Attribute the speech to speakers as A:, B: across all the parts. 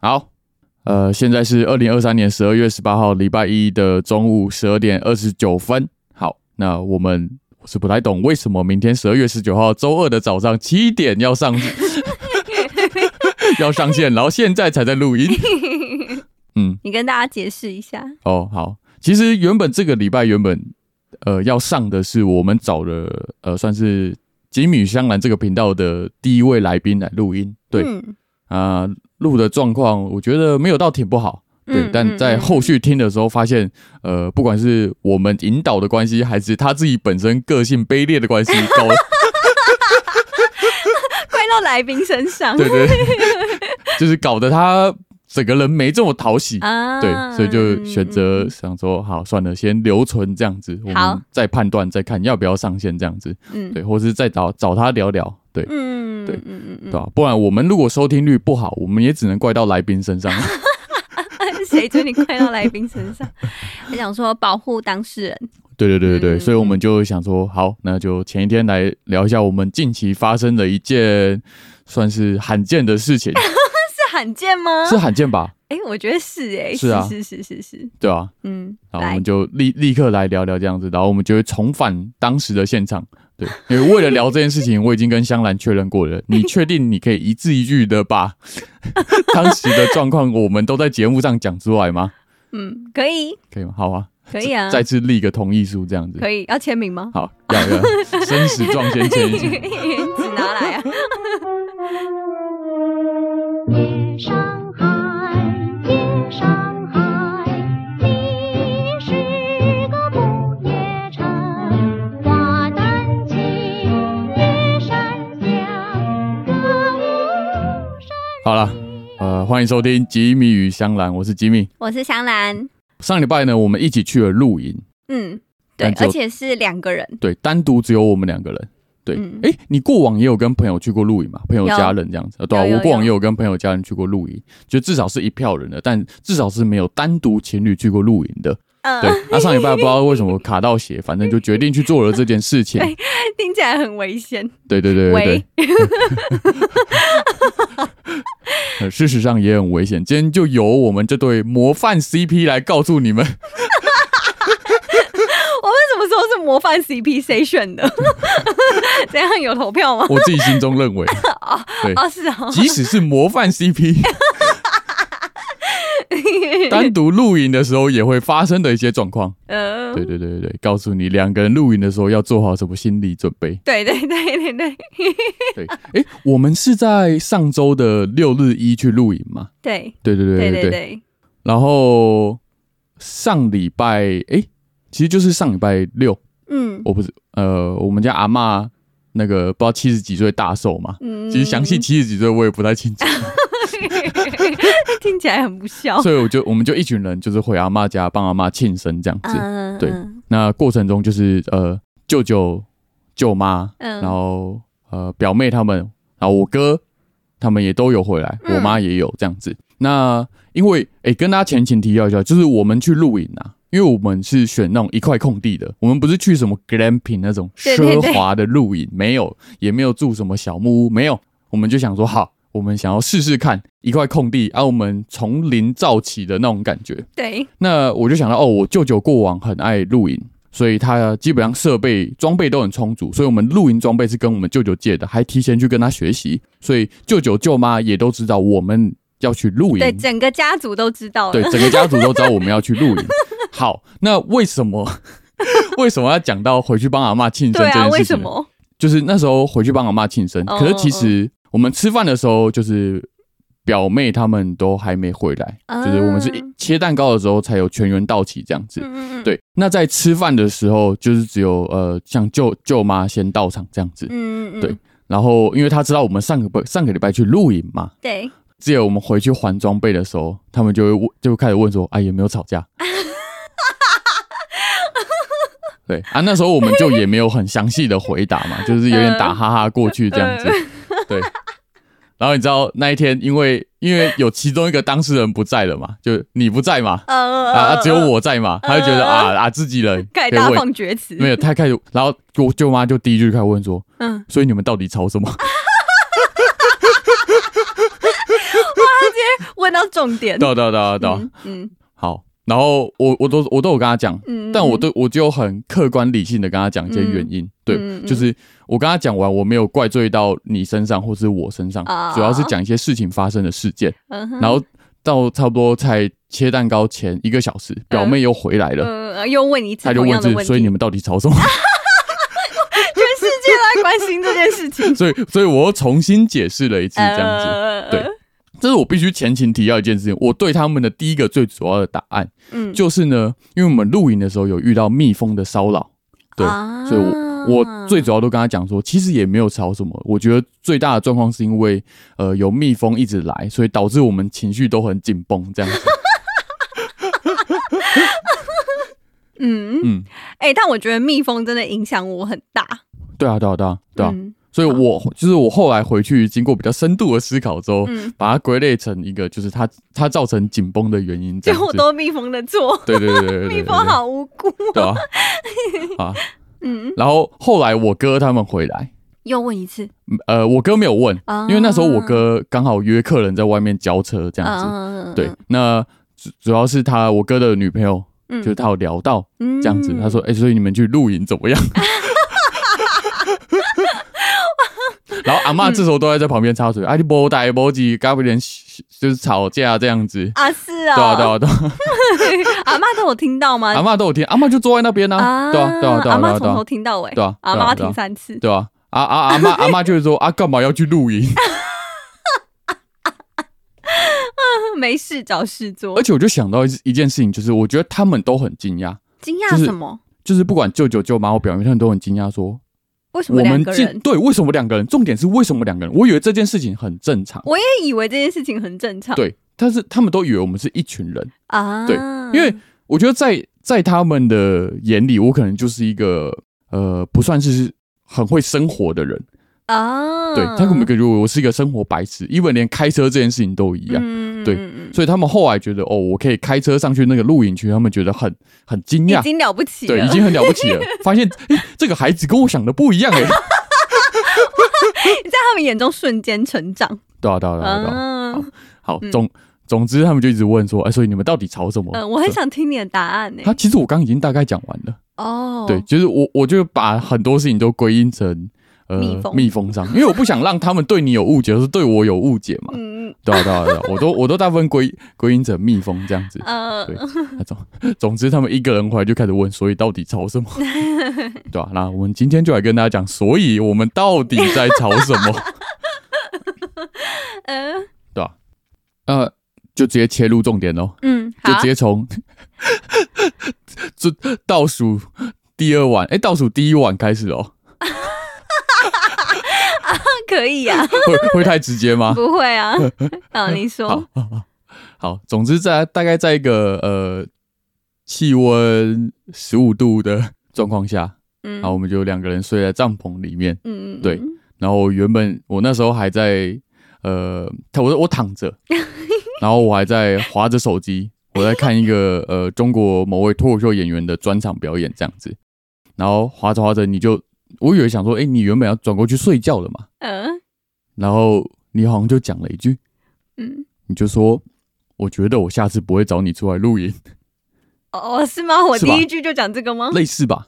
A: 好，呃，现在是二零二三年十二月十八号礼拜一的中午十二点二十九分。好，那我们我是不太懂为什么明天十二月十九号周二的早上七点要上 要上线，然后现在才在录音。 嗯，
B: 你跟大家解释一下。
A: 哦，好，其实原本这个礼拜原本呃要上的是我们找的呃算是吉米香兰这个频道的第一位来宾来录音，对，
B: 嗯
A: 啊，录的状况，我觉得没有到挺不好。对，
B: 嗯
A: 但在
B: 嗯嗯
A: 后续听的时候发现，呃，不管是我们引导的关系，还是他自己本身个性卑劣的关系， 搞，
B: 怪到来宾身上。
A: 对对，对就是搞得他整个人没这么讨喜。
B: 啊
A: 对，所以就选择
B: 嗯
A: 想说，好，算了，先留存这样子，我
B: 好
A: 们再判断，再看要不要上线这样子，
B: 嗯
A: 对，或是再找找他聊聊，对，
B: 嗯，
A: 对
B: 嗯嗯
A: 对
B: 嗯
A: 吧、不然我们如果收听率不好，我们也只能怪到来宾身 上。
B: 嗯， 谁准你怪到来宾身 上？还想说保护当事人。
A: 对对对对对，
B: 嗯
A: 所以我们就想说，好，那就前一天来聊一下我们近期发生的一件算是罕见的事 情，
B: 是罕见吗？
A: 是罕见吧？
B: 哎、我觉得是哎、
A: 是啊
B: 是是是是是，
A: 对 啊，
B: 嗯，
A: 然后我
B: 来
A: 们，就立立刻来聊聊这样子，然后我们就会重返当时的现场。 对，因为为了聊这件事情，我已经跟香兰确认过了。你确定你可以一字一句的把 当时的状况，我们都在节目上讲出来吗？
B: 嗯，可以，
A: 可以吗？好啊，
B: 可以啊，
A: 再次立个同意书这样子。
B: 可以，要签名吗？
A: 好，要 要，生死状先签一下。
B: 纸拿来啊！
C: 夜上海，夜上海，你是个不夜城。花灯起，月山下，歌舞升。
A: 好了，呃，欢迎收听《吉米与香兰》，我是吉米。
B: 我是香兰，
A: 上礼拜呢，我们一起去了露营，
B: 嗯，对
A: 但，只有
B: 而且是两个人，
A: 对，单独只有我们两个人。对，哎、
B: 嗯
A: 你过往也有跟朋友去过露营嘛？朋友
B: 有
A: 家人这样子，呃对、啊，
B: 嗯有有
A: 我过往
B: 有
A: 也有跟朋友家人去过露营，就至少是一票人的，但至少是没有单独情侣去过露营的。
B: 嗯、
A: 对，那、上礼拜不知道为什么卡到血，反正就决定去做了这件事 情。
B: 听起来很危险。
A: 对对对对对
B: 哎喂，
A: 呃 事实上也很危险。今天就由我们这对模范 CP 来告诉你们，
B: 我们什么时候是模范 CP 谁选的？ 怎样有投票吗？
A: 我自己心中认 为，对，
B: 哦，是哦，
A: 即使是模范 CP，单独露营的时候也会发生的一些状况。
B: 嗯、
A: 对对对对对，告诉你两个人露营的时候要做好什么心理准 备。
B: 对对对对对
A: 对，诶，我们是在上周的六日一去露营嘛？
B: 对
A: 对对对
B: 对
A: 对
B: 对
A: 对。
B: 对，
A: 然后上礼拜，诶，其实就是上礼拜六，
B: 嗯
A: 我不是呃，我们家阿嬷那个不知道七十几岁大寿嘛，
B: 嗯，
A: 其实详细七十几岁我也不太清楚。
B: 听起来很不孝。
A: 所以我就我们就一群人就是回阿妈家帮阿妈庆生这样子。
B: 嗯
A: 对
B: 嗯
A: 那过程中就是呃舅舅、舅妈，
B: 嗯
A: 然后呃表妹他们，然后我哥他们也都有回来，
B: 嗯
A: 我妈也有这样子。那因为诶、跟大家前情提要一下，就是我们去露营啊。因为我们是选那种一块空地的，我们不是去什么 glamping 那种
B: 对对
A: 奢
B: 对
A: 华的露营，没有，也没有住什么小木屋，没有。我们就想说，好，我们想要试试看一块空地，啊，我们从零造起的那种感觉。
B: 对，
A: 那我就想到，哦，我舅舅过往很爱露营，所以他基本上设备装备都很充足，所以我们露营装备是跟我们舅舅借的，还提前去跟他学习，所以舅舅舅妈也都知道我们要去露营，
B: 对，整个家族都知道了。
A: 对，整个家族都知道我们要去露营。好，那为什么 为什么要讲到回去帮阿嬷庆生
B: 对
A: 这件事
B: 啊，
A: 情？
B: 为什？么？
A: 就是那时候回去帮阿嬷庆生，
B: 哦
A: 可是其实我们吃饭的时候就是。表妹她们都还没回来，就是我们是
B: 嗯
A: 切蛋糕的时候才有全员到齐这样子。
B: 嗯嗯嗯，
A: 对，那在吃饭的时候，就是只有呃，像舅舅妈先到场这样子。
B: 嗯，嗯嗯
A: 对然后，因为他知道我们上个不上个礼拜去露营嘛，
B: 对，
A: 只有我们回去还装备的时候，他们就会问，就开始问说：“哎，有没有吵架？” 对啊，那时候我们就也没有很详细的回答 嘛，就是有点打哈哈过去这
B: 嗯
A: 样子。对，然后你知道那一天，因为因为有其中一个当事人不在了嘛，就你不在嘛，
B: 呃
A: 啊，啊只有，我在嘛，他就觉得
B: 呃
A: 啊啊自己人
B: 开始
A: 可以
B: 大
A: 问
B: 放厥词。
A: 没有，他开始，然后我舅妈就第一句开始问说
B: 嗯，：“
A: 所以你们到底吵什么
B: 我问到重点。
A: 对啊对啊对啊对啊，
B: 嗯
A: 好。然后我我都我都有跟他讲，
B: 嗯
A: 但我都我就很客观理性的跟他讲一些原因，对，
B: 嗯嗯
A: 就是我跟他讲完，我没有怪罪到你身上或是我身上，
B: 啊
A: 主要是讲一些事情发生的事件，
B: 嗯哼
A: 然后到差不多在切蛋糕前一个小时，表妹又回来了，
B: 呃，又问一次
A: 她就
B: 嗯同
A: 问
B: 样的
A: 是，
B: 问题，
A: 所以你们到底吵什么？。
B: 全世界都在关心这件事 情
A: 所以所以我又重新解释了一次这样子，
B: 呃
A: 对，这是我必须前情提要一件事情，我对他们的第一个最主要的答案
B: 嗯，
A: 就是呢，因为我们露营的时候有遇到蜜蜂的骚扰，对，
B: 啊
A: 所以我我最主要都跟他讲说，其实也没有吵什么。我觉得最大的状况是因为呃有蜜蜂一直来，所以导致我们情绪都很紧绷这样子。
B: 嗯
A: 嗯，
B: 哎、但我觉得蜜蜂真的影响我很大。
A: 对啊，对啊，对啊，对啊。
B: 嗯
A: 所以我就是我后来回去经过比较深度的思考之后，
B: 嗯
A: 把它归类成一个就是它它造成紧绷的原因这
B: 结
A: 样
B: 果
A: 子。
B: 都蜜蜂的错，
A: 对对对对对对对
B: 蜜蜂好无辜。
A: 对啊啊！
B: 嗯，
A: 然后后来我哥他们回来，
B: 又问一次，
A: 呃，我哥没有问，
B: 啊
A: 因为那时候我哥刚好约客人在外面交车这样子。
B: 嗯
A: 对，那主主要是他我哥的女朋友，
B: 嗯
A: 就是他有聊到
B: 嗯
A: 这样子，他说：“哎、所以你们去露营怎么样？” 然后阿
B: 嗯
A: 嬷这时候都在在旁边插嘴：“哎、你波带波几，搞不点就是吵架这样子。
B: 啊，是
A: 对啊，对
B: 啊，
A: 啊，对啊，
B: 阿妈都有听到吗？
A: 阿嬷都有听，阿嬷就坐在那边呢、啊。对啊，对啊，对
B: 阿
A: 啊，对
B: 妈
A: 啊，对
B: 从头
A: 啊，
B: 听到尾，
A: 对啊
B: 阿
A: 对啊
B: 妈
A: 对啊
B: 听三次，
A: 对啊。啊啊阿嬷阿嬷就是说啊，干嘛要去露营？
B: 没事找事做
A: 而。且我就想到一一件事情，就是我觉得他们都很惊讶，
B: 惊
A: 就
B: 讶
A: 是
B: 什么？
A: 就是不管舅舅舅妈或表妹，他们都很惊讶，说
B: 为什么
A: 我
B: 两
A: 们
B: 个
A: 进
B: 人？
A: 对，为什么两个人？重点是为什么两个人？我以为这件事情很正常，
B: 我也以为这件事情很正常。
A: 对，但是他们都以为我们是一群人，
B: 啊，
A: 对因为我觉得在在他们的眼里，我可能就是一个呃不算是很会生活的人，
B: 啊，
A: 对他们可能觉得我是一个生活白痴，因为连开车这件事情都一样，
B: 嗯
A: 对
B: 嗯嗯
A: 所以他们后来觉得哦，我可以开车上去那个露营区，他们觉得很很惊
B: 已
A: 讶，
B: 经了不起
A: 对，
B: 了
A: 已。经很了不起了，发现诶这个孩子跟我想的不一样 哎、
B: 在他们眼中瞬间成长。
A: 对啊对啊对啊对啊，
B: 嗯
A: 好
B: 嗯
A: 总。总之，他们就一直问说：“哎、所以你们到底吵什么？”
B: 嗯，我很想听你的答案呢
A: 他。其实我刚刚已经大概讲完了，
B: 哦，
A: 对，，就是我我就把很多事情都归因成呃
B: 蜜蜂
A: 上，因为我不想让他们对你有误解，或是对我有误解嘛，
B: 嗯
A: 对啊对啊对啊，我都我都大部分归归因成蜜蜂这样子。
B: 呃
A: 对，那总总之，他们一个人回来就开始问，所以到底吵什么？ 对啊，那我们今天就来跟大家讲，所以我们到底在吵什 么？
B: 嗯
A: 对吧、呃，就直接切入重点喽。
B: 嗯，好
A: 就直接从这倒数第二晚，哎、倒数第一晚开始哦，
B: 可 以啊，
A: 会会太直接吗？
B: 不会 啊。啊，你说，
A: 好，总之在大概在一个呃气温十五度的状况下，
B: 嗯
A: 然后我们就两个人睡在帐篷里面，
B: 嗯，嗯
A: 对，然后我原本我那时候还在呃，他我我躺着，然后我还在划着手机，我在看一个呃中国某位脱口秀演员的专场表演这样子，然后划着划着你就我以为想说，哎、你原本要转过去睡觉了嘛，
B: 嗯
A: 然后你好像就讲了一句，
B: 嗯，
A: 你就说。我觉得我下次不会找你出来露营，
B: 哦，是吗？我
A: 是
B: 第
A: 吧
B: 一句就讲这个吗？
A: 类似吧，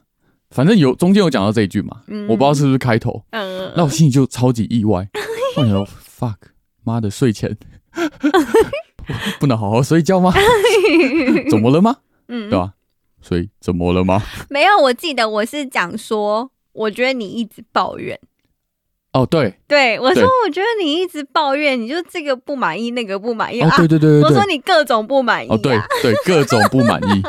A: 反正有中间有讲到这一句嘛，
B: 嗯
A: 我不知道是不是开头，
B: 嗯，
A: 那我心里就超级意 外，我想说 fuck，妈的，睡前 我不能好好睡 觉吗？怎么了吗？
B: 嗯
A: 对吧、所以怎么了吗？
B: 没有，我记得我是讲说，我觉得你一直抱怨。
A: 哦，对，
B: 对，我
A: 对
B: 说我觉得你一直抱怨，你就这个不满意，那个不满意、
A: 哦，
B: 啊
A: 对。对对
B: 我
A: 对
B: 说
A: 对，
B: 你各种不满意、啊。
A: 哦，对，对，各种不满 意，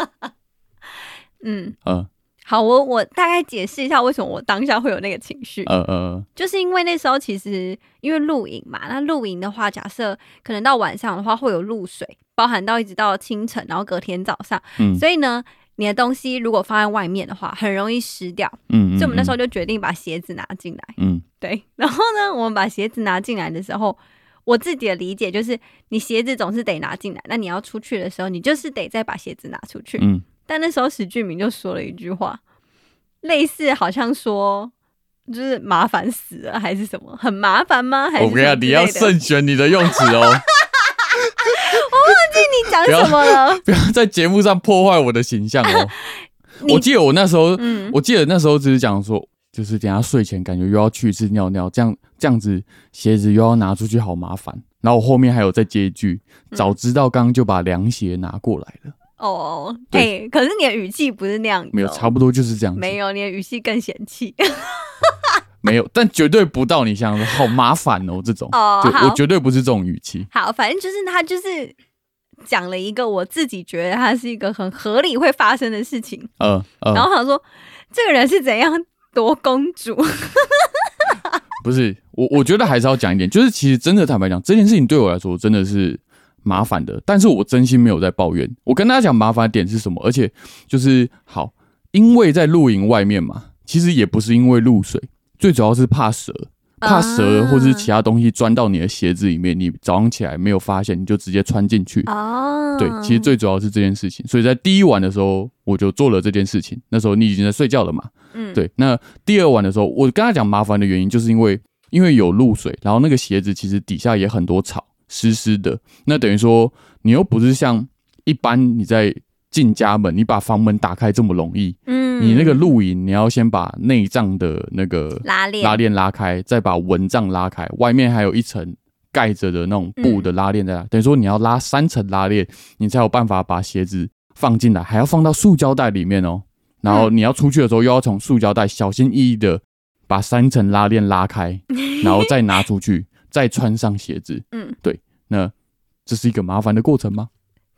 B: 嗯，
A: 嗯
B: 好，我我大概解释一下为什么我当下会有那个情绪，
A: 呃呃，
B: 就是因为那时候其实因为露营嘛，那露营的话，假设可能到晚上的话会有露水，包含到一直到清晨，然后隔天早上，
A: 嗯
B: 所以呢，你的东西如果放在外面的话，很容易湿掉，
A: 嗯，嗯
B: 所以我们那时候
A: 嗯
B: 就决定把鞋子拿进来。
A: 嗯
B: 对， 然后呢，我们把鞋子拿进来的时候，我自己的理解就是，你鞋子总是得拿进来，那你要出去的时候，你就是得再把鞋子拿出去。
A: 嗯，
B: 但那时候史俊明就说了一句话，类似好像说。就是麻烦死了，还是什么？很麻烦吗？还是
A: 我跟你
B: 什么
A: 讲，
B: 之
A: 你要
B: 类的
A: 慎选你的用词哦，
B: 你讲什 么了？
A: 不要在节目上破坏我的形象哦。
B: 你
A: 我记得我那时候，
B: 嗯
A: 我记得那时候只是讲说，就是等一下睡前感觉又要去一次尿尿，这样这样子鞋子又要拿出去，好麻烦。然后我后面还有再接一句，
B: 嗯
A: 早知道刚刚就把凉鞋拿过来了，
B: 哦，哎、
A: 对
B: 可是你的语气不是那样子哦、
A: 没有，差不多就是这样子，
B: 没有，你的语气更嫌弃。
A: 没有，但绝对不到你想的好麻烦哦这种，
B: 哦
A: 就
B: 好
A: 我绝对不是这种语气，
B: 好，反正就是他就是讲了一个我自己觉得他是一个很合理会发生的事情，
A: 呃
B: 然
A: 呃，
B: 后想说这个人是怎样夺公主，
A: 不是，我我觉得还是要讲一点，就是其实真的坦白讲，这件事情对我来说真的是麻烦的，但是我真心没有在抱怨。我跟大家讲麻烦的点是什么，而且就是好，因为在露营外面嘛，其实也不是因为露水，最主要是怕蛇。怕蛇
B: 啊
A: 或是其他东西钻到你的鞋子里面，你早上起来没有发现，你就直接穿进去。
B: 哦，
A: 对，其实最主要是这件事情，所以在第一晚的时候我就做了这件事情。那时候你已经在睡觉了嘛？
B: 嗯，
A: 对。那第二晚的时候，我跟他讲麻烦的原因，就是因为因为有露水，然后那个鞋子其实底下也很多草，湿湿的。那等于说你又不是像一般你在进家门，你把房门打开这么容易。
B: 嗯，
A: 你那个露营，你要先把内脏的那个
B: 拉链
A: 拉链拉开，再把蚊帐拉开，外面还有一层盖着的那种布的拉链
B: 嗯
A: 在那，等于说你要拉三层拉链，你才有办法把鞋子放进来，还要放到塑胶袋里面哦。然后你要出去的时候，又要从塑胶袋小心翼翼的把三层拉链拉 开，然后再拿出去，再穿上鞋子。
B: 嗯，
A: 对，那这是一个麻烦的过程吗？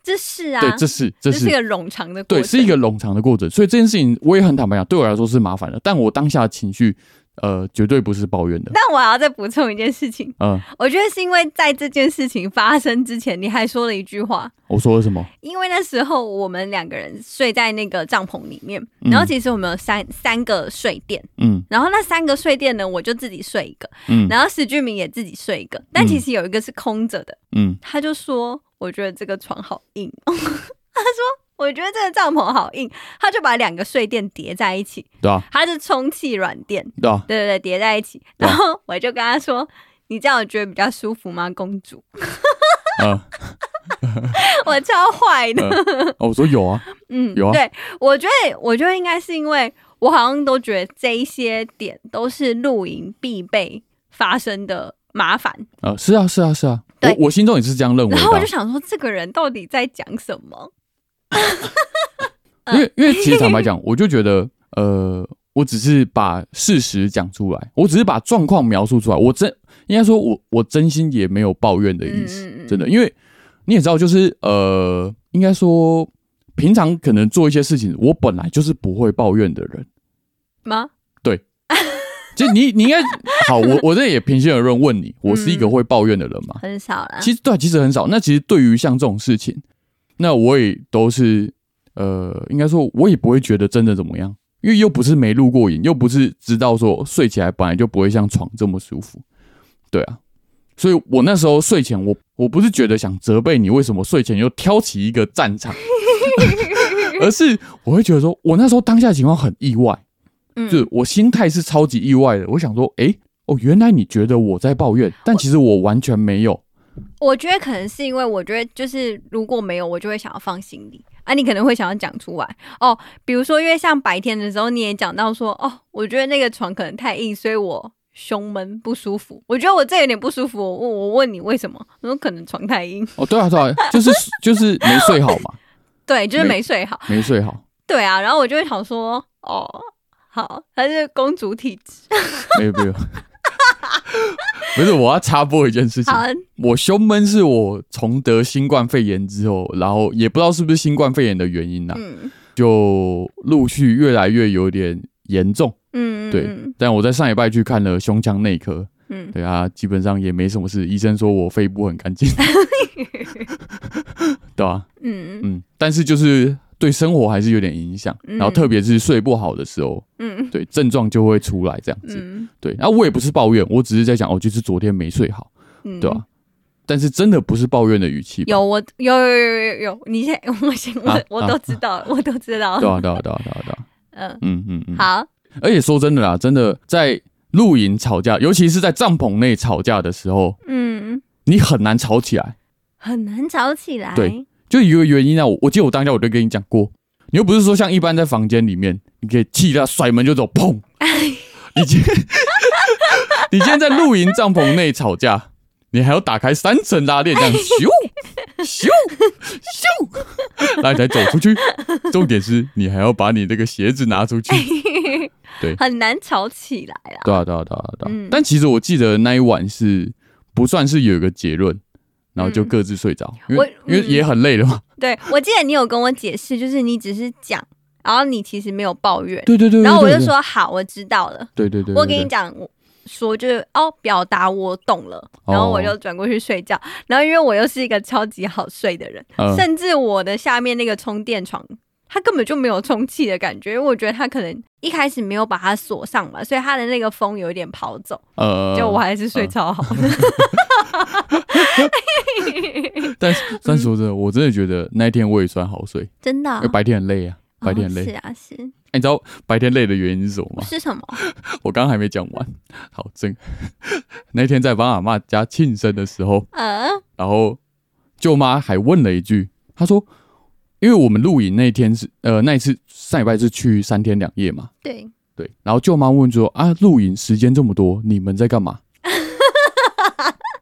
B: 这是啊，
A: 对，这是这
B: 这
A: 是
B: 一个冗长的过
A: 对，
B: 程，
A: 是一个冗长的过程，所以这件事情我也很坦白讲，对我来说是麻烦的，但我当下的情绪，呃，绝对不是抱怨的，
B: 但我还要再补充一件事情，
A: 嗯、
B: 我觉得是因为在这件事情发生之前，你还说了一句话，
A: 我说了什么？
B: 因为那时候我们两个人睡在那个帐篷里面，
A: 嗯
B: 然后其实我们有三三个睡垫，
A: 嗯
B: 然后那三个睡垫呢，我就自己睡一个，
A: 嗯
B: 然后石俊明也自己睡一个，但其实有一个是空着的，
A: 嗯，
B: 他就说我觉得这个床好硬哦， 他说。我觉得这个帐篷好硬，他就把两个睡垫叠在一起，
A: 对啊，
B: 它是充气软垫，
A: 对 啊，
B: 对对对，叠在一起。
A: 对啊
B: 然后我就跟他说：“你这样我觉得比较舒服吗，公主
A: 嗯、？”
B: 我超坏的，
A: 哦，我说有啊，
B: 嗯，
A: 嗯有啊
B: 对，我觉得我觉得应该是因为我好像都觉得这一些点都是露营必备发生的麻烦，
A: 呃，是啊，是啊，是啊，
B: 对
A: 我我心中也是这样认为
B: 然
A: 的
B: 后我
A: 啊、
B: 就想说，这个人到底在讲什么？
A: 因为因为其实坦白讲，我就觉得，呃，我只是把事实讲出来，我只是把状况描述出来，我真应该说我我真心也没有抱怨的意思，
B: 嗯嗯嗯
A: 真的，因为你也知道，就是呃，应该说平常可能做一些事情，我本来就是不会抱怨的人，
B: 吗？
A: 就你你应该好，我我这也平心而论问你，我是一个
B: 嗯
A: 会抱怨的人吗？
B: 很少啦。
A: 其实对啊，其实很少。那其实对于像这种事情，那我也都是呃，应该说我也不会觉得真的怎么样，因为又不是没录过瘾，又不是知道说睡起来本来就不会像床这么舒服，对啊。所以我那时候睡前，我我不是觉得想责备你为什么睡前又挑起一个战场， 而是我会觉得说，我那时候当下的情况很意外，
B: 嗯
A: 就是我心态是超级意外的。我想说，诶、哦，原来你觉得我在抱怨，但其实我完全没有。
B: 我觉得可能是因为我觉得就是如果没有，我就会想要放心里啊。你可能会想要讲出来哦，比如说因为像白天的时候，你也讲到说哦，我觉得那个床可能太硬，所以我胸闷不舒服。我觉得我这有点不舒服，我问我问你为什么？我说可能床太硬，
A: 哦，对啊，对啊，就是就是没睡好嘛，
B: 对，就是
A: 没
B: 没睡好，
A: 没睡好，
B: 对啊。然后我就会想说哦，好，还是公主体质，
A: 没有没 有，不是我要插播一件事情
B: 好，，
A: 我胸闷是我从得新冠肺炎之后，然后也不知道是不是新冠肺炎的原因啦，啊
B: 嗯
A: 就陆续越来越有点严重。
B: 嗯，
A: 对
B: 嗯
A: 但我在上礼拜去看了胸腔内科，
B: 嗯，
A: 对啊，基本上也没什么事，医生说我肺部很干 净，对啊，
B: 嗯
A: 嗯，但是就是对生活还是有点影响，然后
B: 嗯
A: 特别是睡不好的时候，
B: 嗯
A: 对症状就会出来这样子。
B: 嗯
A: 对，然后我也不是抱怨，我只是在讲哦，就是昨天没睡好，
B: 嗯，
A: 对吧、啊但是真的不是抱怨的语气吧，
B: 有我有有有有有，你先 我先我、
A: 啊
B: 我都知道了，我都知道
A: 对
B: 了。
A: 啊，对啊，对啊，对啊，对啊，
B: 嗯，
A: 嗯嗯嗯。
B: 好，
A: 而且说真的啦，真的在露营吵架，尤其是在帐篷内吵架的时候，
B: 嗯，
A: 你很难吵起来，
B: 很难找起来。
A: 对，就有一个原因啊，我我记得我当下我就跟你讲过，你又不是说像一般在房间里面，你可以气到甩门就走， 砰！你今天 你今天在露营帐篷内吵架，你还要打开三层拉链，这样咻咻咻，然后你才走出去。重点是你还要把你这个鞋子拿出去。
B: 哎
A: 对
B: 很难吵起来啊。
A: 对啊，对啊，对啊，对啊。
B: 嗯
A: 但其实我记得那一晚是不算是有一个结论，然后就
B: 嗯
A: 各自睡着，因
B: 我
A: 为因为
B: 嗯
A: 也很累了嘛。
B: 对，我记得你有跟我解释，就是你只是讲，然后你其实没有抱怨。
A: 对对对对
B: 嗯然后我
A: 对
B: 就
A: 对
B: 说好，我知道了。
A: 对对对，
B: 我
A: 对
B: 跟你，讲，我说就是哦，表达我懂了，
A: 哦
B: 然后我就转过去睡觉。然后因为我又是一个超级好睡的人，
A: 嗯
B: 甚至我的下面那个充电床，它根本就没有充气的感觉，因为我觉得它可能一开始没有把它锁上嘛，所以它的那个风有一点跑走，
A: 对呃，
B: 就我还是睡超好 的。
A: 但是但说真的，我真的觉得那一天我也算好睡，
B: 真的啊、
A: 因为白天很累啊，白天很
B: 哦是
A: 累。
B: 啊，是
A: 哎你知道白天累的原因是什么 吗？
B: 是什么？
A: 我刚刚还没讲完。好，真 那天在帮阿妈家庆生的时候，
B: 嗯
A: 然后舅妈还问了一句，她说：“因为我们露营那天是呃那一次上礼拜是去三天两夜嘛，
B: 对，
A: 对，然后舅妈问说：“啊，露营时间这么多，你们在干嘛？”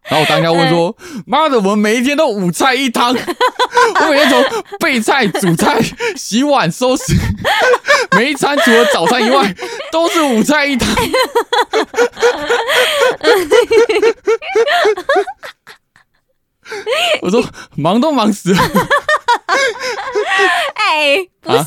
A: 然后我当下问 说：“妈的，我们每一天都五菜一汤，我每天从备菜、煮菜、洗碗、收拾，每一餐除了早餐以外都是五菜一汤。” 我说忙都忙死了，
B: 哎、不是啊，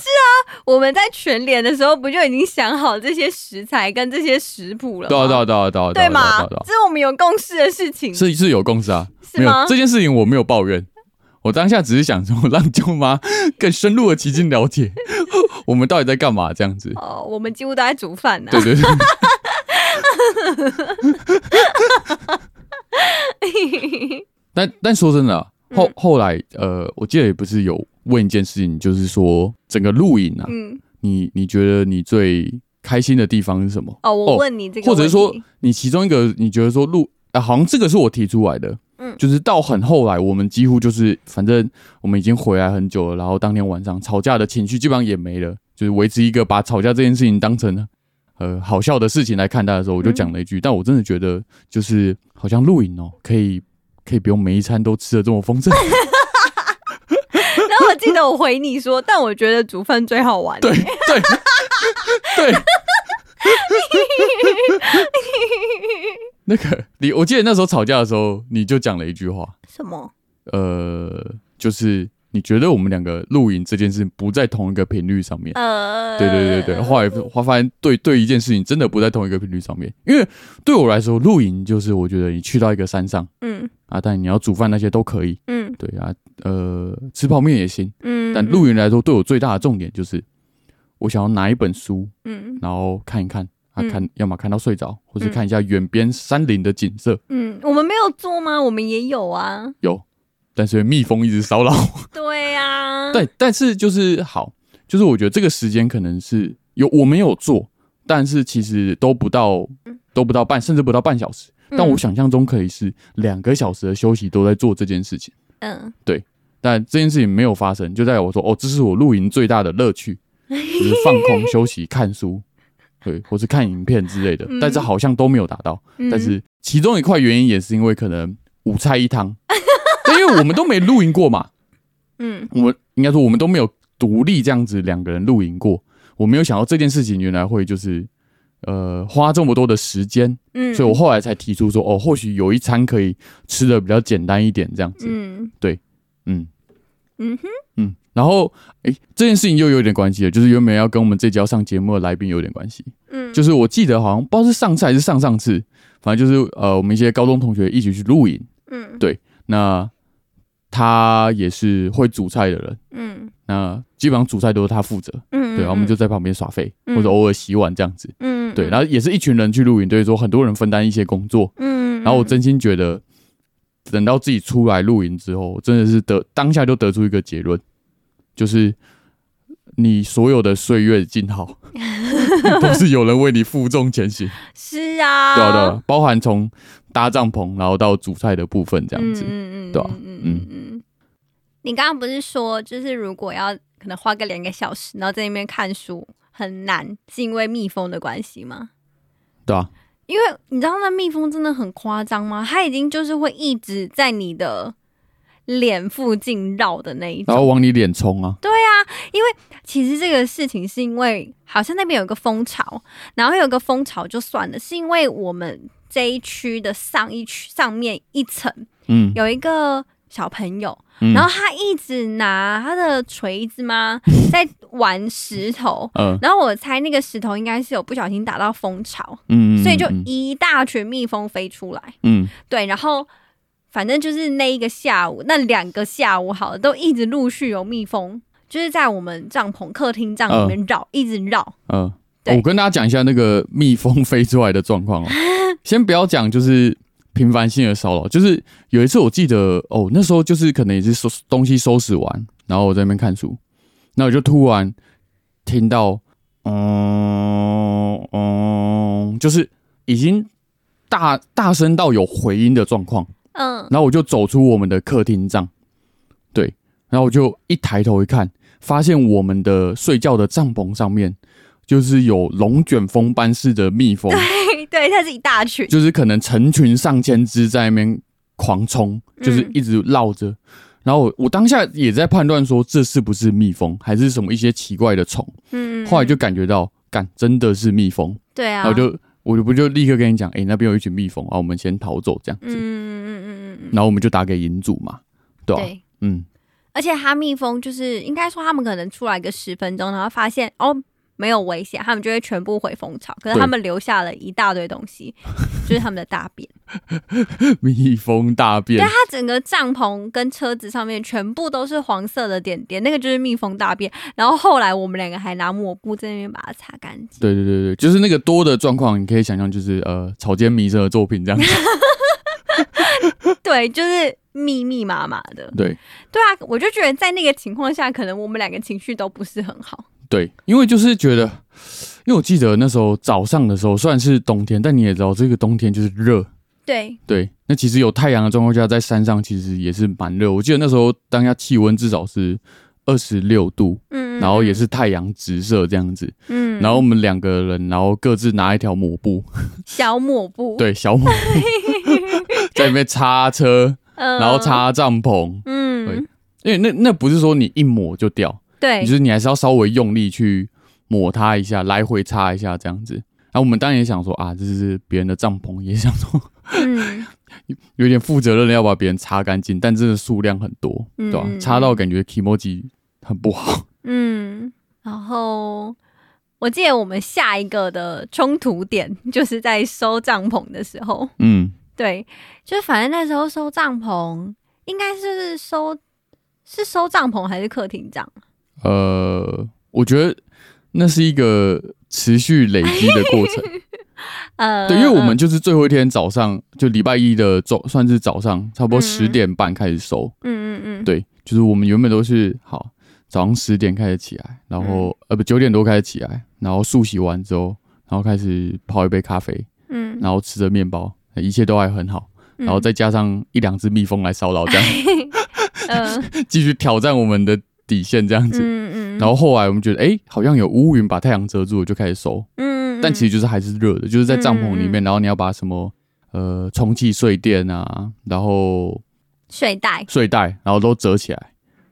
B: 我们在全联的时候不就已经想好这些食材跟这些食谱了吗？
A: 对啊对啊对啊对啊
B: 对
A: 啊啊
B: 嘛
A: 啊啊？
B: 这是我们有共识的事情。
A: 是是有共识啊，
B: 是
A: 没有
B: 吗
A: 这件事情我没有抱怨，我当下只是想说让舅妈 更深入的其经了解 我们到底在干嘛这样子。
B: 哦，我们几乎都在煮饭呢、
A: 对对对，但但说真的啊、
B: 嗯
A: 后后来呃，我记得也不是有问一件事情，就是说整个录影啊，
B: 嗯，
A: 你你觉得你最开心的地方是什么？
B: 哦，我问你这个
A: 或
B: 问题，
A: 者是说你其中一个你觉得说录、啊，好像这个是我提出来的，
B: 嗯
A: 就是到很后来，我们几乎就是反正我们已经回来很久了，然后当天晚上吵架的情绪基本上也没了，就是维持一个把吵架这件事情当成呃好笑的事情来看待的时候，我就讲了一句，但我真的觉得就是好像露营哦，可以可以不用每一餐都吃的这么丰 盛，
B: 然后我记得我回你说，但我觉得煮饭最好 玩。
A: 对对对。那个，你我记得那时候吵架的时候，你就讲了一句话，
B: 什么？
A: 呃，就是你觉得我们两个露营这件事不在同一个频率上面。
B: 呃，
A: 对对对对，后来后来发现对对一件事情真的不在同一个频率上面，因为对我来说，露营就是我觉得你去到一个山上
B: 嗯
A: 啊，但你要煮饭那些都可以，
B: 嗯
A: 对啊，呃，吃泡面也行。
B: 嗯，
A: 但露营来说，对我最大的重点就是，我想要拿一本书，
B: 嗯
A: 然后看一看，啊
B: 嗯
A: 看，要么看到睡着，或是
B: 嗯
A: 看一下远边山林的景色，
B: 嗯，我们没有做吗？我们也有啊。
A: 有，但是蜜蜂一直骚扰我。
B: 对呀、啊，
A: 对，但是就是好，就是我觉得这个时间可能是有我们有做，但是其实都不到都不到半，甚至不到半小时。
B: 嗯
A: 但我想象中可以是两个小时的休息都在做这件事情，
B: 嗯，
A: 但这件事情没有发生，就在我说哦，这是我露营最大的乐趣，就是啊放空、休息、看书，对，或是看影片之类的。但是好像都没有达到，
B: 嗯
A: 但是其中一块原因也是因为可能五菜一汤， 对因为我们都没露营过嘛，
B: 嗯
A: 我们应该说我们都没有独立这样子两个人露营过。我没有想到这件事情原来会就是呃花这么多的时间，
B: 嗯，
A: 所以我后来才提出说哦，或许有一餐可以吃的比较简单一点这样子。
B: 嗯
A: 嗯
B: 嗯哼，
A: 嗯，然后诶、这件事情又有点关系了，就是原本要跟我们这集要上节目的来宾有点关系。
B: 嗯，
A: 就是我记得好像不知道是上次还是上上次，反正就是呃我们一些高中同学一起去露营，
B: 嗯
A: 对那他也是会煮菜的人。
B: 嗯
A: 那基本上煮菜都是他负责，
B: 嗯，
A: 对，然后我们就在旁边耍废，
B: 嗯
A: 或者偶尔洗碗这样子。
B: 嗯
A: 对，
B: 后
A: 然后也是一群人去露营，对，说很多人分担一些工作。
B: 嗯，
A: 然后我真心觉得，等到自己出来露营之后，我真的是得当下就得出一个结论，就是你所有的岁月静 好，都是有人为你负重前行，
B: 是啊，
A: 对啊对啊，包含从搭帐篷，然后到煮菜的部分这
B: 这
A: 样子。
B: 嗯嗯嗯，
A: 对啊
B: 嗯嗯嗯嗯。你刚刚不是说，就是如果要可能花个两个小时，然后在那边看书很难，是因为蜜蜂的关系吗？
A: 对啊，
B: 因为你知道那蜜蜂真的很夸张吗？它已经就是会一直在你的脸附近绕的那一
A: 然后
B: 种。
A: 往你脸冲啊，
B: 其实这个事情是因为好像那边有一个蜂巢，然后有个蜂巢就算了，是因为我们这一区的上一区上面一层
A: 嗯，
B: 有一个小朋友，
A: 嗯
B: 然后他一直拿他的锤子吗， 在玩石头。
A: 嗯
B: 然后我猜那个石头应该是有不小心打到蜂巢，
A: 嗯，嗯
B: 所以就
A: 嗯
B: 一大群蜜蜂飞出来。
A: 嗯
B: 对，然后反正就是那一个下午，那两个下午好了，都一直陆续有蜜蜂，就是在我们帐篷客厅帐里面绕，一直绕。
A: 嗯，
B: 对
A: 我跟大家讲一下那个蜜蜂飞出来的状况哦。先不要讲，就是频繁性的骚扰，就是有一次我记得哦，那时候就是可能也是收东西收拾完，然后我在那边看书，那我就突然听到，嗯嗯，就是已经大大声到有回音的状况，
B: 嗯，
A: 然后我就走出我们的客厅帐，对，然后我就一抬头一看，发现我们的睡觉的帐篷上面就是有龙卷风般似的蜜蜂，
B: 对，它是一大群。
A: 就是可能成群上千只在那边狂冲，就是
B: 嗯
A: 一直绕着。然后我我当下也在判断说这是不是蜜蜂，还是什么一些奇怪的虫。
B: 嗯，
A: 后来就感觉到，干真的是蜜蜂，
B: 对啊，
A: 然后我就我就不就立刻跟你讲，哎、那边有一群蜜蜂啊，我们先逃走这样
B: 嗯
A: 子。
B: 嗯嗯嗯嗯嗯，
A: 然后我们就打给银主嘛，对吧、
B: 对。
A: 嗯，
B: 而且哈蜜蜂就是应该说他们可能出来个十分钟，然后发现哦没有危险，他们就会全部回蜂巢。可是
A: 对
B: 他们留下了一大堆东西，就是他们的大便。
A: 蜜蜂大便
B: 对，它整个帐篷跟车子上面全部都是黄色的点点，那个就是蜜蜂大便。然后后来我们两个还拿抹布在那边把它擦干 净。
A: 对对对对，就是那个多的状况，你可以想象，就是呃草间弥生的作品这样 子。
B: 对，就是密密麻麻的。
A: 对
B: 对啊，我就觉得在那个情况下，可能我们两个情绪都不是很好。
A: 对，因为就是觉得，因为我记得那时候早上的时候虽然是冬天，但你也知道这个冬天就是热，
B: 对，
A: 对，那其实有太阳的状况下，在山上其实也是蛮热。我记得那时候当下气温至少是二十六度，
B: 嗯，
A: 然后也，是太阳直射这样子，
B: 嗯，
A: 然后我们两个人，然后各自拿一条抹布，
B: 小抹布，，
A: 对，小抹布 在里面擦车，
B: 嗯
A: 然后，擦帐篷，
B: 嗯，
A: 因为那那不是说你一抹就掉，
B: 对
A: 你就，是你还是要稍微用力去抹它一下，来回擦一下这样子。然后我们当然也想说啊，这是别人的帐篷，也想说
B: 嗯，
A: 有点负责任的要把别人擦干净，但真的数量很多，对吧、
B: 嗯
A: 擦到感觉 k i m o j i 很不好。
B: 嗯，然后我记得我们下一个的冲突点就是在收帐篷的时候。
A: 嗯，
B: 对，就是反正那时候收帐篷，应该是收是收帐篷还是客厅帐？
A: 呃，我觉得那是一个持续累积的过程。
B: 呃，
A: 对，因为我们就是最后一天早上，就礼拜一的早，算是早上，差不多
B: 嗯
A: 十点半开始收。
B: 嗯嗯嗯，
A: 对，就是我们原本都是好早上十点开始起来，然后、
B: 嗯
A: 呃不九点多开始起来，然后漱洗完之后，然后开始泡一杯咖啡，
B: 嗯，
A: 然后吃着面包，一切都还很好。然后再加上一两只蜜蜂来骚扰，这 样
B: 呃
A: 继续挑战我们的底线，这样子。
B: 嗯嗯，
A: 然后后来我们觉得，哎、好像有乌云把太阳遮住了，就开始收。
B: 嗯，
A: 但其实就是还是热的，就是在帐篷里面，然后你要把什么呃充气睡垫啊，然后
B: 睡袋，
A: 睡袋，然后都折起来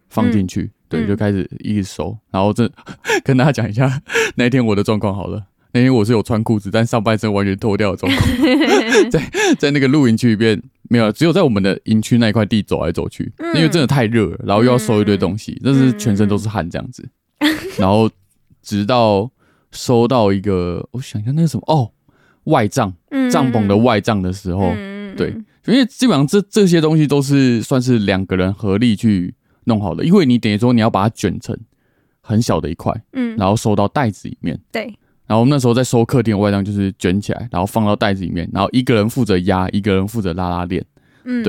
A: 放进去，对，
B: 嗯
A: 就开始一直收。然后这 跟大家讲一下 那一天我的状况好了。那天我是有穿裤子，但上半身完全脱掉的状况， 在在那个露营区里边没有，只有在我们的营区那一块地走来走去，
B: 嗯
A: 因为真的太热了，然后又要收一堆东西，但是全身都是汗这样子。然后直到收到一个，我想一下那是什么哦，外帐帐篷的外帐的时候，
B: 嗯，
A: 对，因为基本上这这些东西都是算是两个人合力去弄好的，因为你等于说你要把它卷成很小的一块，
B: 嗯，
A: 然后收到袋子里面。
B: 对，
A: 然后我们那时候在收客厅的外帐，就是卷起来，然后放到袋子里面，然后一个人负责压，一个人负责拉拉链。
B: 嗯，，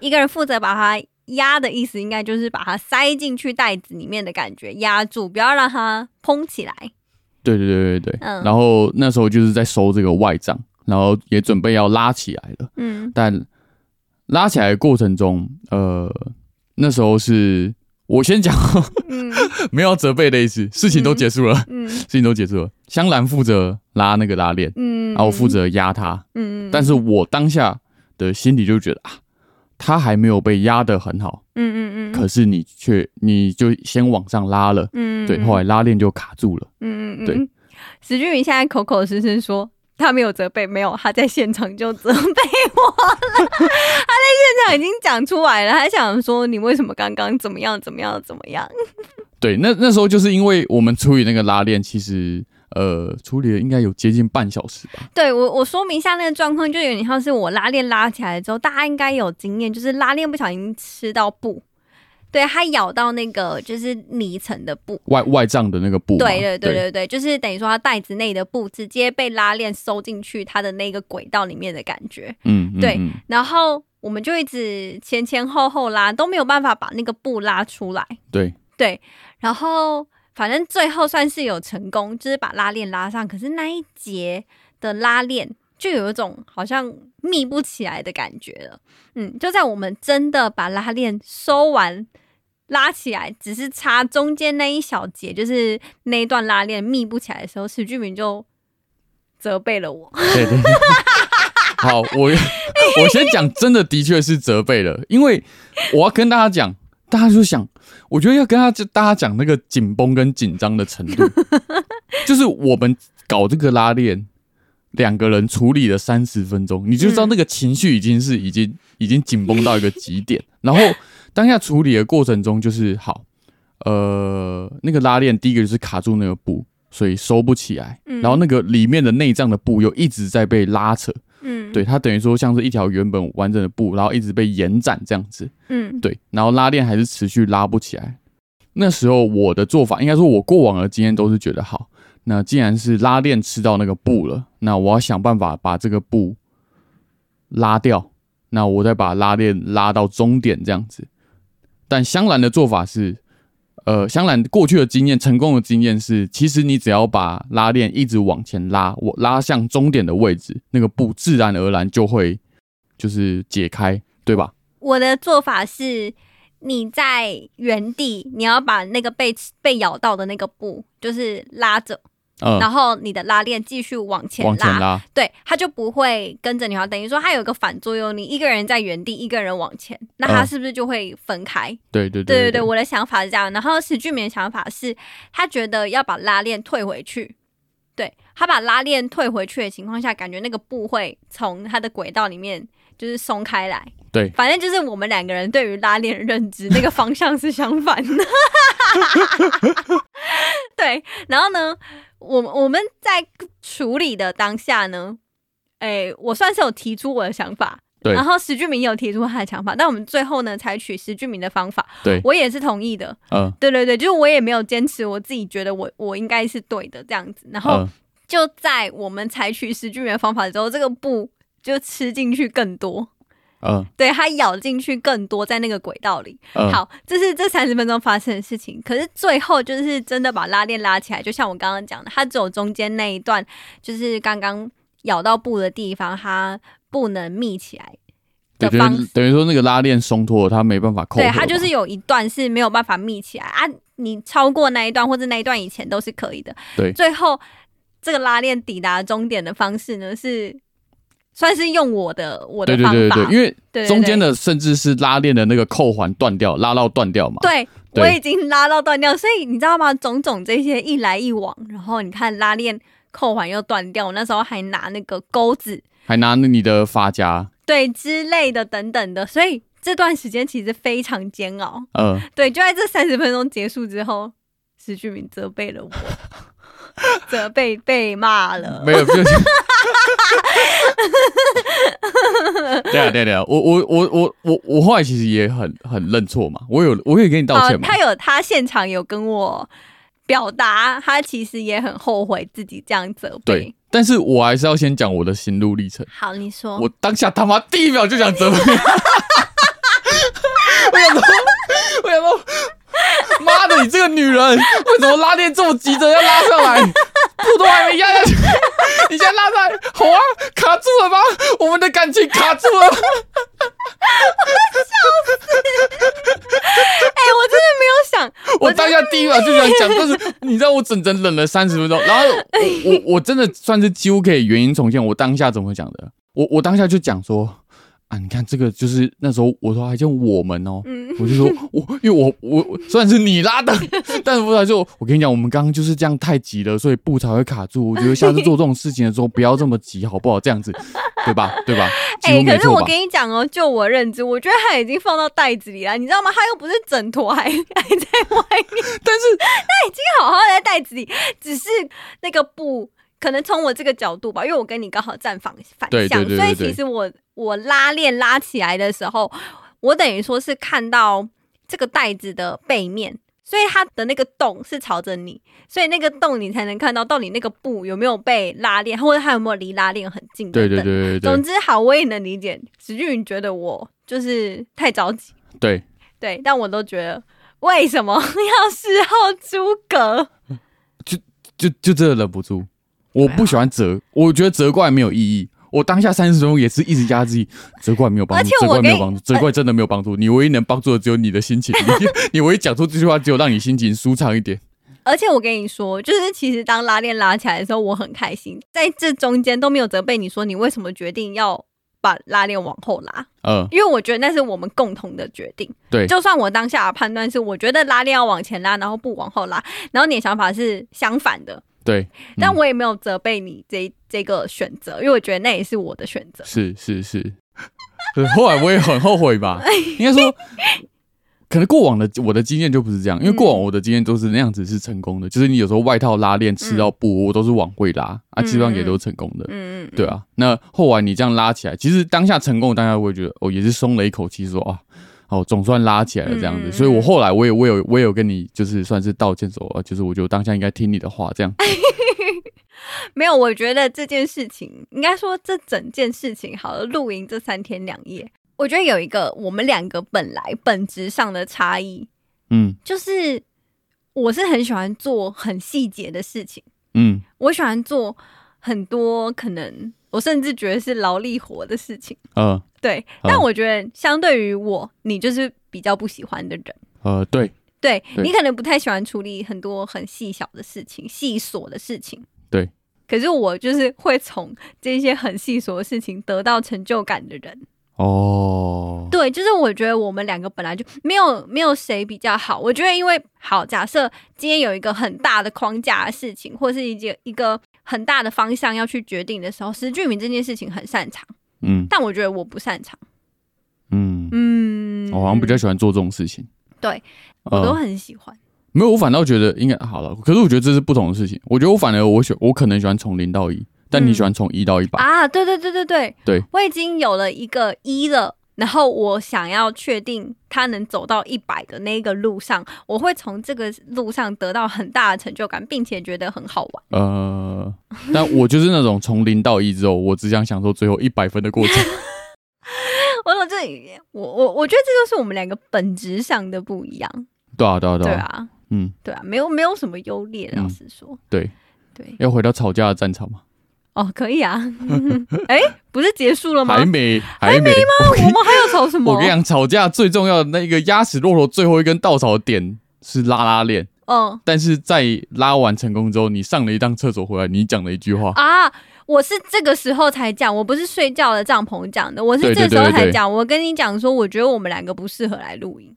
B: 一个人负责把它。压的意思应该就是把它塞进去袋子里面的感觉，压住，不要让它蓬起来。
A: 对对对对对。
B: 嗯
A: 然后那时候就是在收这个外帐，然后也准备要拉起来了，
B: 嗯
A: 但拉起来的过程中，呃，那时候是我先讲，
B: 嗯
A: 没有要责备的意思，事情都结束了，
B: 嗯
A: 事情都结束了。香兰负责拉那个拉链，
B: 嗯，
A: 然后我负，责压他，
B: 嗯，
A: 但是我当下的心里就觉得啊，他还没有被压得很好，
B: 嗯嗯嗯，
A: 可是你却你就先往上拉了，
B: 嗯，
A: 对，后来拉链就卡住了。
B: 嗯嗯嗯，嗯，石俊宇现在口口声声说他没有责备，没有，他在现场就责备我了。 他在现场已经讲出来了，他想说你为什么刚刚怎么样怎么样怎么样？
A: 对，那那时候就是因为我们处理那个拉链，其实呃处理了应该有接近半小时吧。
B: 对我我说明一下那个状况，就有点像是我拉链拉起来之后，大家应该有经验，就是拉链不小心吃到布。对，它咬到那个就是泥层的布，
A: 外外帐的那个布嘛，
B: 对对对对对，就是等于说它袋子内的布直接被拉链收进去它的那个轨道里面的感觉。
A: 嗯，嗯
B: 对
A: 嗯
B: 然后我们就一直前前后后拉，都没有办法把那个布拉出来。
A: 对，
B: 对，然后反正最后算是有成功，就是把拉链拉上。可是那一节的拉链就有一种好像密不起来的感觉了。嗯，就在我们真的把拉链收完。拉起来，只是插中间那一小节，就是那一段拉链密不起来的时候，史俊明就责备了我。
A: 对对对。 好，我我先讲，真的的确是责备了，因为我要跟大家讲，大家就想，我觉得要跟大家大家讲那个紧绷跟紧张的程度，就是我们搞这个拉链，两个人处理了三十分钟，你就知道那个情绪已经是已经已经紧绷到一个极点，然后当下处理的过程中，就是好，呃，那个拉链第一个就是卡住那个布，所以收不起来，
B: 嗯
A: 然后那个里面的内脏的布又一直在被拉扯，
B: 嗯，，
A: 对，它等于说像是一条原本完整的布，然后一直被延展这样子，
B: 嗯
A: 对，然后拉链还是持续拉不起来。那时候我的做法，应该说我过往的经验都是觉得好，那既然是拉链吃到那个布了，那我要想办法把这个布拉掉，那我再把拉链拉到终点这样子。但香兰的做法是，呃，香兰过去的经验，成功的经验是，其实你只要把拉链一直往前拉，我拉向终点的位置，那个布自然而然就会就是解开，对吧？
B: 我的做法是，你在原地，你要把那个被被咬到的那个布，就是拉着，
A: 嗯、
B: 然后你的拉链继续往前
A: 往前拉，
B: 对，它就不会跟着你滑。等于说它有一个反作用，你一个人在原地，一个人往前，那它
A: 嗯
B: 是不是就会分开？
A: 对对
B: 对对
A: 对
B: 对，我的想法是这样。然后史俊明的想法是，他觉得要把拉链退回去。对他把拉链退回去的情况下，感觉那个布会从它的轨道里面就是松开来。
A: 对
B: 反正就是我们两个人对于拉链的认知那个方向是相反的。 对，然后呢，我们我们在处理的当下呢，哎、我算是有提出我的想法，
A: 对
B: 然后石俊明也有提出他的想法，但我们最后呢，采取石俊明的方法，
A: 对
B: 我也是同意的。
A: 嗯
B: 对对对，就是我也没有坚持，我自己觉得我我应该是对的这样子。然后
A: 嗯，
B: 就在我们采取石俊明的方法之后，这个布就吃进去更多，
A: 嗯
B: 对，它咬进去更多在那个轨道里。
A: 嗯，
B: 好，这是这三十分钟发生的事情。可是最后就是真的把拉链拉起来，就像我刚刚讲的，它只有中间那一段，就是刚刚咬到布的地方，它不能密起来
A: 对，
B: 的
A: 等
B: 方
A: 于等于说那个拉链松脱了，它没办法扣合
B: 对，
A: 嘛。
B: 它就是有一段是没有办法密起来啊，你超过那一段或者那一段以前都是可以的。
A: 对
B: 最后这个拉链抵达终点的方式呢是。算是用我的我的
A: 对对
B: 方法，
A: 对对，对因为
B: 对对
A: 中间的甚至是拉链的那个扣环断掉，拉到断掉嘛。
B: 对，
A: 对
B: 我已经拉到断掉，所以你知道吗？种种这些一来一往，然后你看拉链扣环又断掉，我那时候还拿那个钩子，
A: 还拿你的发夹，
B: 对之类的等等的，所以这段时间其实非常煎熬。
A: 嗯，
B: 对，就在这三十分钟结束之后，石俊明责备了我，责备被骂了。
A: 没有， 就是。对啊，对啊，对啊，我我我我我我后来其实也很很认错嘛，我有我也给你道
B: 呃
A: 歉嘛，
B: 他有他现场有跟我表达，他其实也很后悔自己这样责
A: 对
B: 备。，
A: 但是我还是要先讲我的心路历程。
B: 好，你说，
A: 我当下他妈第一秒就想责备，我想说，我想说，妈的，你这个女人为什么拉链这么急着要拉上来，布都还没压下去，你现在拉上来，好啊，卡住了吧？我们的感情卡住了，
B: 哎、我真的没有讲，
A: 我
B: 我
A: 当下第一秒就想讲，但是你知道我整整忍了三十 分钟，然后我我我真的算是几乎可以原因重现。我当下怎么讲的？我我当下就讲说啊，你看这个就是那时候我说还叫我们哦，
B: 嗯，
A: 我就说我因为我我我虽然是你拉 的，但是我来说，我跟你讲，我们刚刚就是这样太急了，所以布才会卡住。我觉得下次做这种事情的时候不要这么急，好不好？这样子，对吧？对吧？几
B: 哎、
A: 乎没
B: 可是
A: 错
B: 我
A: 吧？
B: 跟你讲哦，就我认知，我觉得他已经放到袋子里了，你知道吗？他又不是整坨还 还在外面，
A: 但 是
B: 好好在袋子里，只是那个布可能从我这个角度吧，因为我跟你刚好站反反
A: 对
B: 向，
A: 对对
B: 所以
A: 对对
B: 其实我我拉链拉起来的时候，我等于说是看到这个袋子的背面。所以它的那个洞是朝着你，所以那个洞你才能看到到底那个布有没有被拉链，或者它有没有离拉链很近等
A: 对
B: 等。
A: 对对对
B: 总
A: 对
B: 之，好，我也能理解。只是你觉得我就是太着急，
A: 对，
B: 对，但我都觉得为什么要事后诸葛？
A: 就就真的忍不住。我不喜欢责，我觉得责怪没有意义。我当下三十分钟也是一直压自己，责怪没有帮
B: 而
A: 助
B: 且，
A: 责
B: 我
A: 怪没有
B: 跟
A: 帮助，责怪真的没有帮助。你唯一能帮助的只有你的心情，你 你唯一讲出这句话，只有让你心情舒畅一点。
B: 而且我跟你说，就是其实当拉链拉起来的时候，我很开心，在这中间都没有责备你说你为什么决定要把拉链往后拉，
A: 嗯，
B: 因为我觉得那是我们共同的决定。
A: 对
B: 就算我当下的判断是我觉得拉链要往前拉，然后不往后拉，然后你的想法是相反的，
A: 对，
B: 但
A: 嗯
B: 我也没有责备你这这个选择，因为我觉得那也是我的选择。
A: 是是是， 呃后来我也很后悔吧。应该说，可能过往的我的经验就不是这样，因为过
B: 嗯
A: 往我的经验都是那样子是成功的，就是你有时候外套拉链吃到布，我都是往回拉啊，基本上也都是成功的。
B: 嗯嗯，
A: 对啊，那后来你这样拉起来，其实当下成功，大家会觉得哦，也是松了一口气，说啊，哦，总算拉起来了这样
B: 嗯
A: 子。
B: 嗯
A: 所以我后来我也我有我有跟你就是算是道歉说，啊，就是我觉得当下应该听你的话这样。
B: 没有，我觉得这件事情，应该说这整件事情好了，露营这三天两夜，我觉得有一个我们两个本来本质上的差异，
A: 嗯
B: 就是我是很喜欢做很细节的事情，
A: 嗯，
B: 我喜欢做很多可能我甚至觉得是劳力活的事情，
A: 呃
B: 对。
A: 好
B: 但我觉得相对于我，你就是比较不喜欢的人。
A: 呃，对
B: 对
A: 对
B: 你可能不太喜欢处理很多很细小的事情、细琐的事情。
A: 对。
B: 可是我就是会从这些很细琐的事情得到成就感的人。
A: 哦，
B: 对，就是我觉得我们两个本来就没有没有谁比较好。我觉得因为好，假设今天有一个很大的框架的事情，或是一件一个很大的方向要去决定的时候，石俊明这件事情很擅长，
A: 嗯
B: 但我觉得我不擅长。
A: 嗯，
B: 嗯，
A: 我好像比较喜欢做这种事情。
B: 对，
A: 呃
B: 我都很喜欢。
A: 没有，我反倒觉得应该好了。可是我觉得这是不同的事情。我觉得我反而我喜我可能喜欢从零到一，但你
B: 嗯
A: 喜欢从一到一百、
B: 啊，对对对对对，
A: 对
B: 我已经有了一个一了，然后我想要确定他能走到一百的那个路上，我会从这个路上得到很大的成就感，并且觉得很好玩。
A: 呃， 但我就是那种从零到一之后，我只想享受最后一百分的过程。
B: 我说这，我我我觉得这就是我们两个本质上的不一样，
A: 对啊，对啊，对
B: 对
A: 啊，
B: 啊，
A: 嗯，
B: 对啊，没有没有什么优劣，
A: 嗯
B: 老实说，
A: 对，
B: 对，
A: 要回到吵架的战场嘛？
B: 哦，可以啊， 哎、不是结束了吗？
A: 还没，还没
B: 我们还有吵什 么？
A: 我跟你讲，吵架最重要的那个压死骆驼最后一根稻草的点是拉拉链，
B: 嗯。
A: 但是在拉完成功之后，你上了一趟厕所回来，你讲了一句 话，
B: 啊，我是这个时候才讲，我不是睡觉的帐篷讲的，我是
A: 对
B: 这
A: 对
B: 个时候
A: 对对
B: 才
A: 对
B: 讲。我跟你讲说，我觉得我们两个不适合来露营，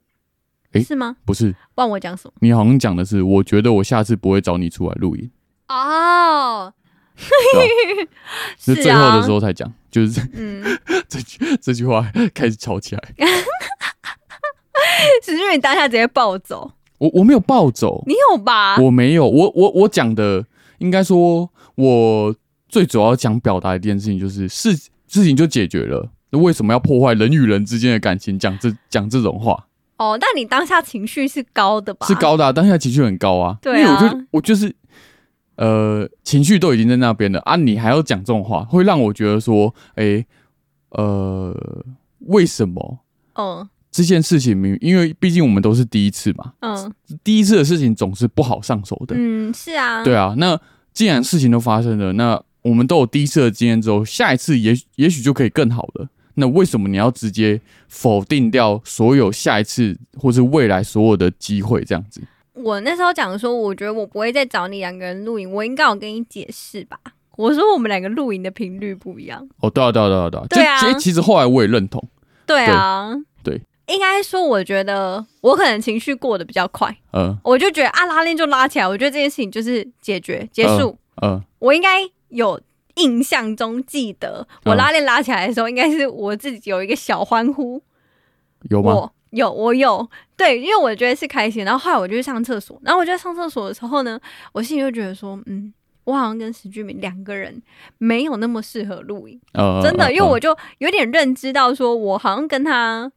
A: 诶
B: 是吗？
A: 不是？
B: 不然我讲什么？
A: 你好像讲的是，我觉得我下次不会找你出来露营。
B: 哦，
A: 是
B: 是
A: 最
B: 啊
A: 后的时候才讲，就是
B: 嗯，
A: 这句这句话开始吵起来。
B: 只是你当下直接暴走，
A: 我我没有暴走，
B: 你有吧？
A: 我没有，我我我讲的应该说，我最主要想表达的一件事情就是事事情就解决了，那为什么要破坏人与人之间的感情？讲这讲这种话
B: 哦，但你当下情绪是高的吧？
A: 是，高的、啊，当下情绪很高啊，
B: 对啊
A: 因为我就我就是。呃，情绪都已经在那边了啊，你还要讲这种话，会让我觉得说，诶，呃，为什么
B: 嗯
A: 这件事情明，因为毕竟我们都是第一次嘛，
B: 嗯
A: 第一次的事情总是不好上手的。
B: 嗯，是啊，
A: 对啊，那既然事情都发生了，那我们都有第一次的经验之后，下一次也许也许就可以更好了。那为什么你要直接否定掉所有下一次或是未来所有的机会？这样子，
B: 我那时候讲说，我觉得我不会再找你两个人露营，我应该有跟你解释吧。我说我们两个露营的频率不一样。
A: 哦，对啊，对啊，对啊，对啊，
B: 对啊
A: 就其其实后来我也认同，
B: 对啊，
A: 对
B: 应该说我觉得我可能情绪过得比较快，
A: 呃
B: 我就觉得啊拉链就拉起来，我觉得这件事情就是解决结束。
A: 呃，
B: 我应该有印象中记得，
A: 嗯
B: 我拉链拉起来的时候，应该是我自己有一个小欢呼，
A: 有吗？
B: 我有，我有，对，因为我觉得是开心。然后后来我就去上厕所，然后我就在上厕所的时候呢，我心里就觉得说，嗯，我好像跟石俊明两个人没有那么适合露营，
A: 呃，
B: 真的，
A: 呃
B: 因为我就有点认知到，说我好像跟他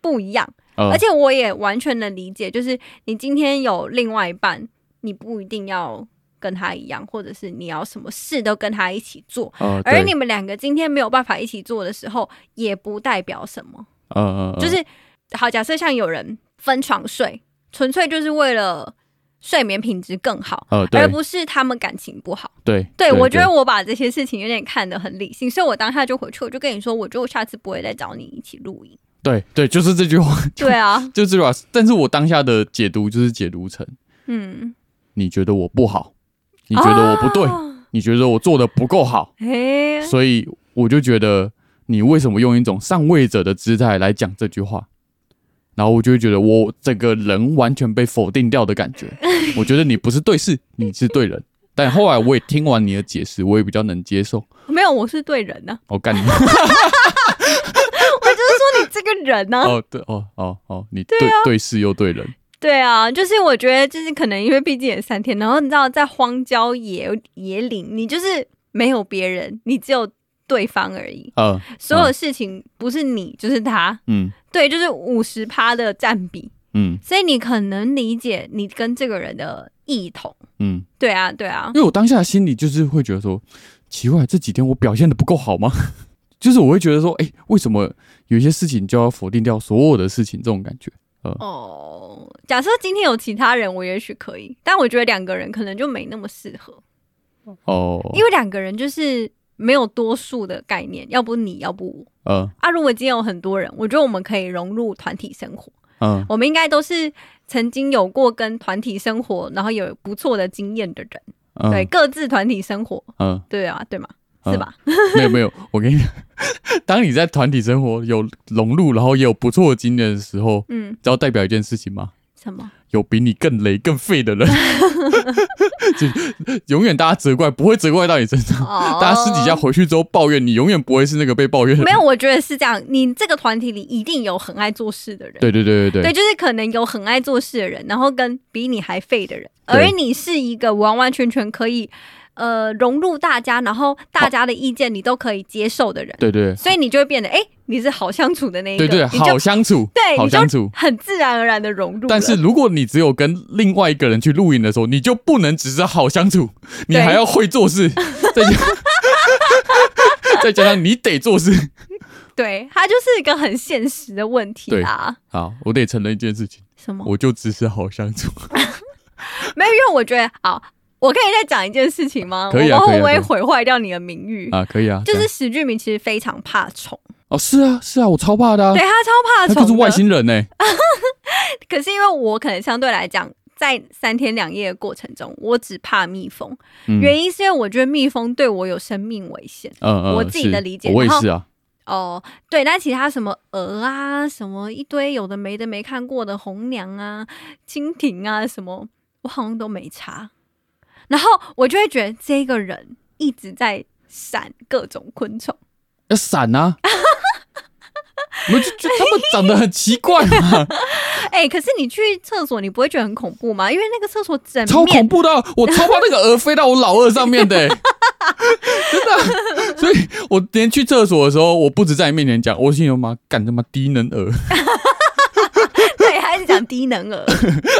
B: 不一样，
A: 呃
B: 而且我也完全能理解，就是你今天有另外一半，你不一定要跟他一样，或者是你要什么事都跟他一起做。
A: 呃，
B: 而
A: 对
B: 你们两个今天没有办法一起做的时候，也不代表什么。
A: 呃呃，呃
B: 就是好，假设像有人分床睡，纯粹就是为了睡眠品质更好，
A: 呃，对
B: 而不是他们感情不好。
A: 对
B: 对我觉得我把这些事情有点看得很理性，所以我当下就回去，我就跟你说，我觉得我下次不会再找你一起露营。
A: 对对，就是这句话，
B: 对啊，
A: 就是吧。但是我当下的解读就是解读成
B: 嗯，
A: 你觉得我不好，你觉得我不对，
B: 哦
A: 你觉得我做的不够好，
B: 哎、
A: 所以我就觉得你为什么用一种上位者的姿态来讲这句话？然后我就会觉得我整个人完全被否定掉的感觉。我觉得你不是对事，你是对人。但后来我也听完你的解释，我也比较能接受。
B: 没有，我是对人啊呢、
A: 我、干你！
B: 我就是说你 这个人啊呢、
A: 哦，对，哦哦哦，你对对事又对人，
B: 对啊，就是我觉得就是可能因为毕竟也三天，然后你知道在荒郊野野岭，你就是没有别人，你只有对方而已，
A: 呃，
B: 所有事情不是你就是他，
A: 嗯
B: 对，就是五十趴的占比，
A: 嗯
B: 所以你可能理解你跟这个人的异同。
A: 嗯，
B: 对啊，对啊
A: 因，为我当下的心里就是会觉得说，奇怪，这几天我表现的不够好吗？ 就是我会觉得说，哎、为什么有一些事情就要否定掉所有的事情？这种感觉，
B: 哦，假设今天有其他人，我也许可以，但我觉得两个人可能就没那么适合，
A: 哦，
B: 因为两个人就是没有多数的概念，要不你，要不我。
A: 呃
B: 啊，如果今天有很多人，我觉得我们可以融入团体生活。
A: 嗯
B: 我们应该都是曾经有过跟团体生活，然后有不错的经验的人，
A: 嗯，
B: 对，各自团体生活，
A: 嗯，
B: 对啊，对吗？
A: 嗯
B: 是吧？
A: 没有没有，我跟你讲， 当你在团体生活有融入，然后也有不错的经验的时候，
B: 嗯，
A: 知道代表一件事情吗？
B: 什么？
A: 有比你更雷、更废的人，就永远大家责怪，不会责怪到你身上。
B: 哦
A: 大家私底下回去之后抱怨，你永远不会是那个被抱怨的人。
B: 没有，我觉得是这样。你这个团体里一定有很爱做事的人，
A: 对对对对对，
B: 对，就是可能有很爱做事的人，然后跟比你还废的人，
A: 对
B: 而你是一个完完全全可以呃融入大家，然后大家的意见你都可以接受的人，
A: 对对
B: 所以你就会变得哎、诶你是好相处的那一个，
A: 对对，
B: 你就
A: 好相处，
B: 对，
A: 好
B: 你
A: 相
B: 就
A: 处。
B: 很自然而然的融入了。
A: 但是如果你只有跟另外一个人去露营的时候，你就不能只是好相处，你
B: 对
A: 还要会做 事，再加 再加上你得做事。
B: 对，它就是一个很现实的问题
A: 对
B: 啊。
A: 好，我得承认一件事情，
B: 什么？
A: 我就只是好相 处。
B: 没有，因为我觉得好，我可以再讲一件事情吗？
A: 可以啊
B: 我
A: 可以啊
B: 会不
A: 可以
B: 会
A: 啊
B: 毁坏掉你的名誉？
A: 啊，可以啊，
B: 就
A: 这
B: 是
A: 样
B: 史俊明其实非常怕虫，
A: 哦，是啊，是啊，我超怕的、啊
B: 对，他超怕
A: 他
B: 虫，
A: 就是外。星人 呢、
B: 可是因为我可能相对来讲，在三天两夜的过程中，我只怕蜜蜂，
A: 嗯
B: 原因是因为我觉得蜜蜂对我有生命危险。
A: 嗯嗯，
B: 我自己
A: 是
B: 的理解
A: 我也
B: 然后
A: 是啊，
B: 哦，对，那其他什么鹅啊，什么一堆有的没的没看过的红娘啊、蜻蜓啊，什么我好像都没查。然后我就会觉得这个人一直在闪各种昆虫，
A: 要闪 啊！我就就他们长得很奇怪嘛，
B: 哎、可是你去厕所，你不会觉得很恐怖吗？因为那个厕所整
A: 超恐
B: 面
A: 怖的啊，我超怕那个鹅飞到我老二上面的欸、 真的啊。所以我连去厕所的时候，我不止在你面前讲，我心里妈干他妈低能儿，
B: 对，还是讲低能儿。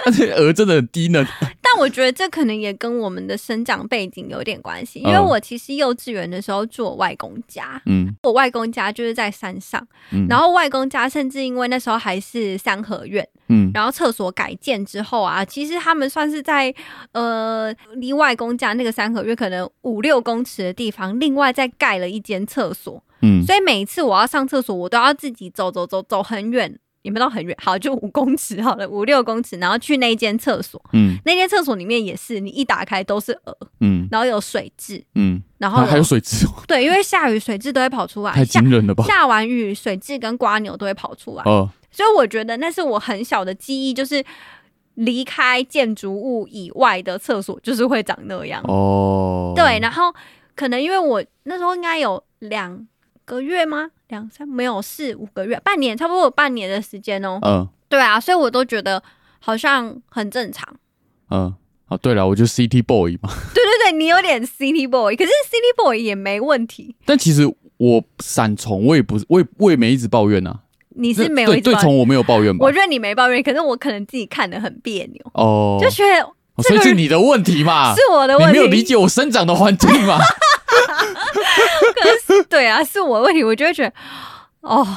A: 而且鹅真的很低能。
B: 但我觉得这可能也跟我们的生长背景有点关系，因为
A: 嗯
B: 我其实幼稚园的时候住我外公家，
A: 嗯
B: 我外公家就是在山上，
A: 嗯，
B: 然后外公家甚至因为那时候还是三合院，
A: 嗯
B: 然后厕所改建之后啊，其实他们算是在呃离外公家那个三合院可能五六公尺的地方，另外再盖了一间厕所。
A: 嗯，
B: 所以每一次我要上厕所，我都要自己走走走走很远，也没到很远，好就五公尺好了，五六公尺，然后去那间厕所。
A: 嗯
B: 那间厕所里面也是，你一打开都是鹅，
A: 嗯
B: 然后有水蛭，
A: 嗯，
B: 然后
A: 还还有
B: 有
A: 水蛭，
B: 对，因为下雨水蛭都会跑出来，
A: 太
B: 下
A: 惊人了吧？
B: 下完雨水蛭跟瓜牛都会跑出来，
A: 哦，
B: 所以我觉得那是我很小的记忆，就是离开建筑物以外的厕所就是会长那样。
A: 哦，
B: 对，然后可能因为我那时候应该有两个月吗？两三没有四五个月，半年，差不多有半年的时间哦、
A: 嗯
B: 对啊，所以我都觉得好像很正常。
A: 嗯，哦，对了，我就 CT boy 嘛，
B: 对对对，你有点 City Boy，可是 City Boy 也没问题，
A: 但其实我闪虫，我也不是，我也我也没一直抱怨啊，
B: 你
A: 你
B: 是没有
A: 对
B: 一直
A: 对
B: 抱怨
A: 虫我没有抱怨吧
B: 我？觉得你没抱怨，可是我可能自己看的很别扭，
A: 哦，
B: 就觉得
A: 哦
B: 这
A: 所以
B: 个
A: 是
B: 人
A: 你的问题嘛？
B: 是我的
A: 你
B: 哎问
A: 没
B: 题，
A: 有理解我生长的环境 嘛？
B: 可 是对啊，是我的问题，我就会觉得哦，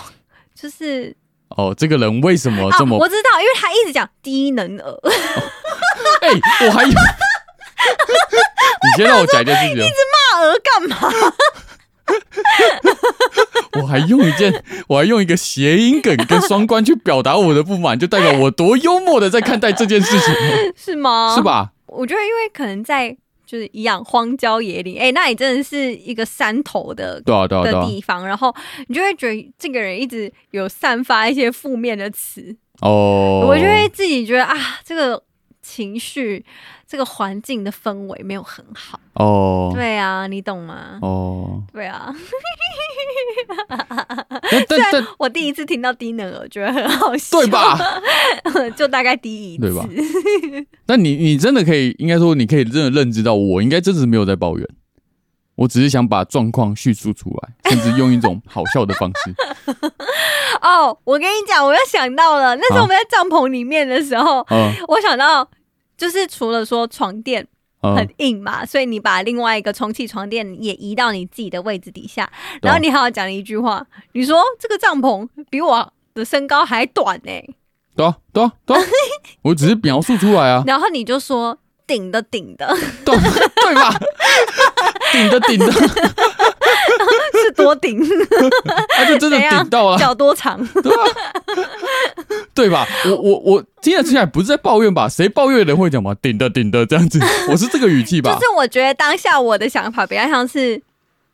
B: 就是
A: 哦，这个人为什么
B: 啊，
A: 这么
B: 我知道，因为他一直讲低能儿，
A: 哎、我还有，你先让我讲一件事情。啊
B: 大儿啊干嘛？
A: 我还用一件，我还用一个谐音梗跟双关去表达我的不满，就代表我多幽默的在看待这件事情，
B: 是吗？
A: 是？吧？
B: 我觉得因为可能在就是一样荒郊野岭，哎、那你真的是一个山头的。
A: 对啊，对啊，对
B: 的
A: 啊。
B: 地方，然后你就会觉得这个人一直有散发一些负面的词，
A: 哦，
B: 我就会自己觉得啊，这个情绪、这个环境的氛围没有很好。
A: 哦，
B: 对啊，你懂吗？
A: 哦，
B: 对啊，
A: 但但但
B: 我第一次听到低能儿，觉得很好笑，
A: 对？吧？
B: 就大概低一次，
A: 对吧那你你真的可以，应该说你可以真的认知到，我应该真的是没有在抱怨，我只是想把状况叙述出来，甚至用一种好笑的方式。
B: 哦，我跟你讲，我又想到了，那时候
A: 啊
B: 我们在帐篷里面的时候，
A: 嗯
B: 我想到就是除了说床垫
A: 嗯
B: 很，硬嘛，所以你把另外一个充气床垫也移到你自己的位置底下，然
A: 啊
B: 后你还要讲了一句话，你说这个帐篷比我的身高还短呢、
A: 对啊，对啊， 对啊，我只是描述出来啊，
B: 然后你就说顶的顶的
A: 对对吧？ 顶的顶的。
B: 是多 顶，
A: 他就真的
B: 怎样
A: 顶到了，
B: 脚多 长？
A: 对吧？对吧？ 我我我听得出来不是在抱怨吧？谁抱怨的人会讲嘛？顶的顶的这 样子，我是这个语气
B: 就
A: 吧？
B: 是我觉得当下我的想法比较像是，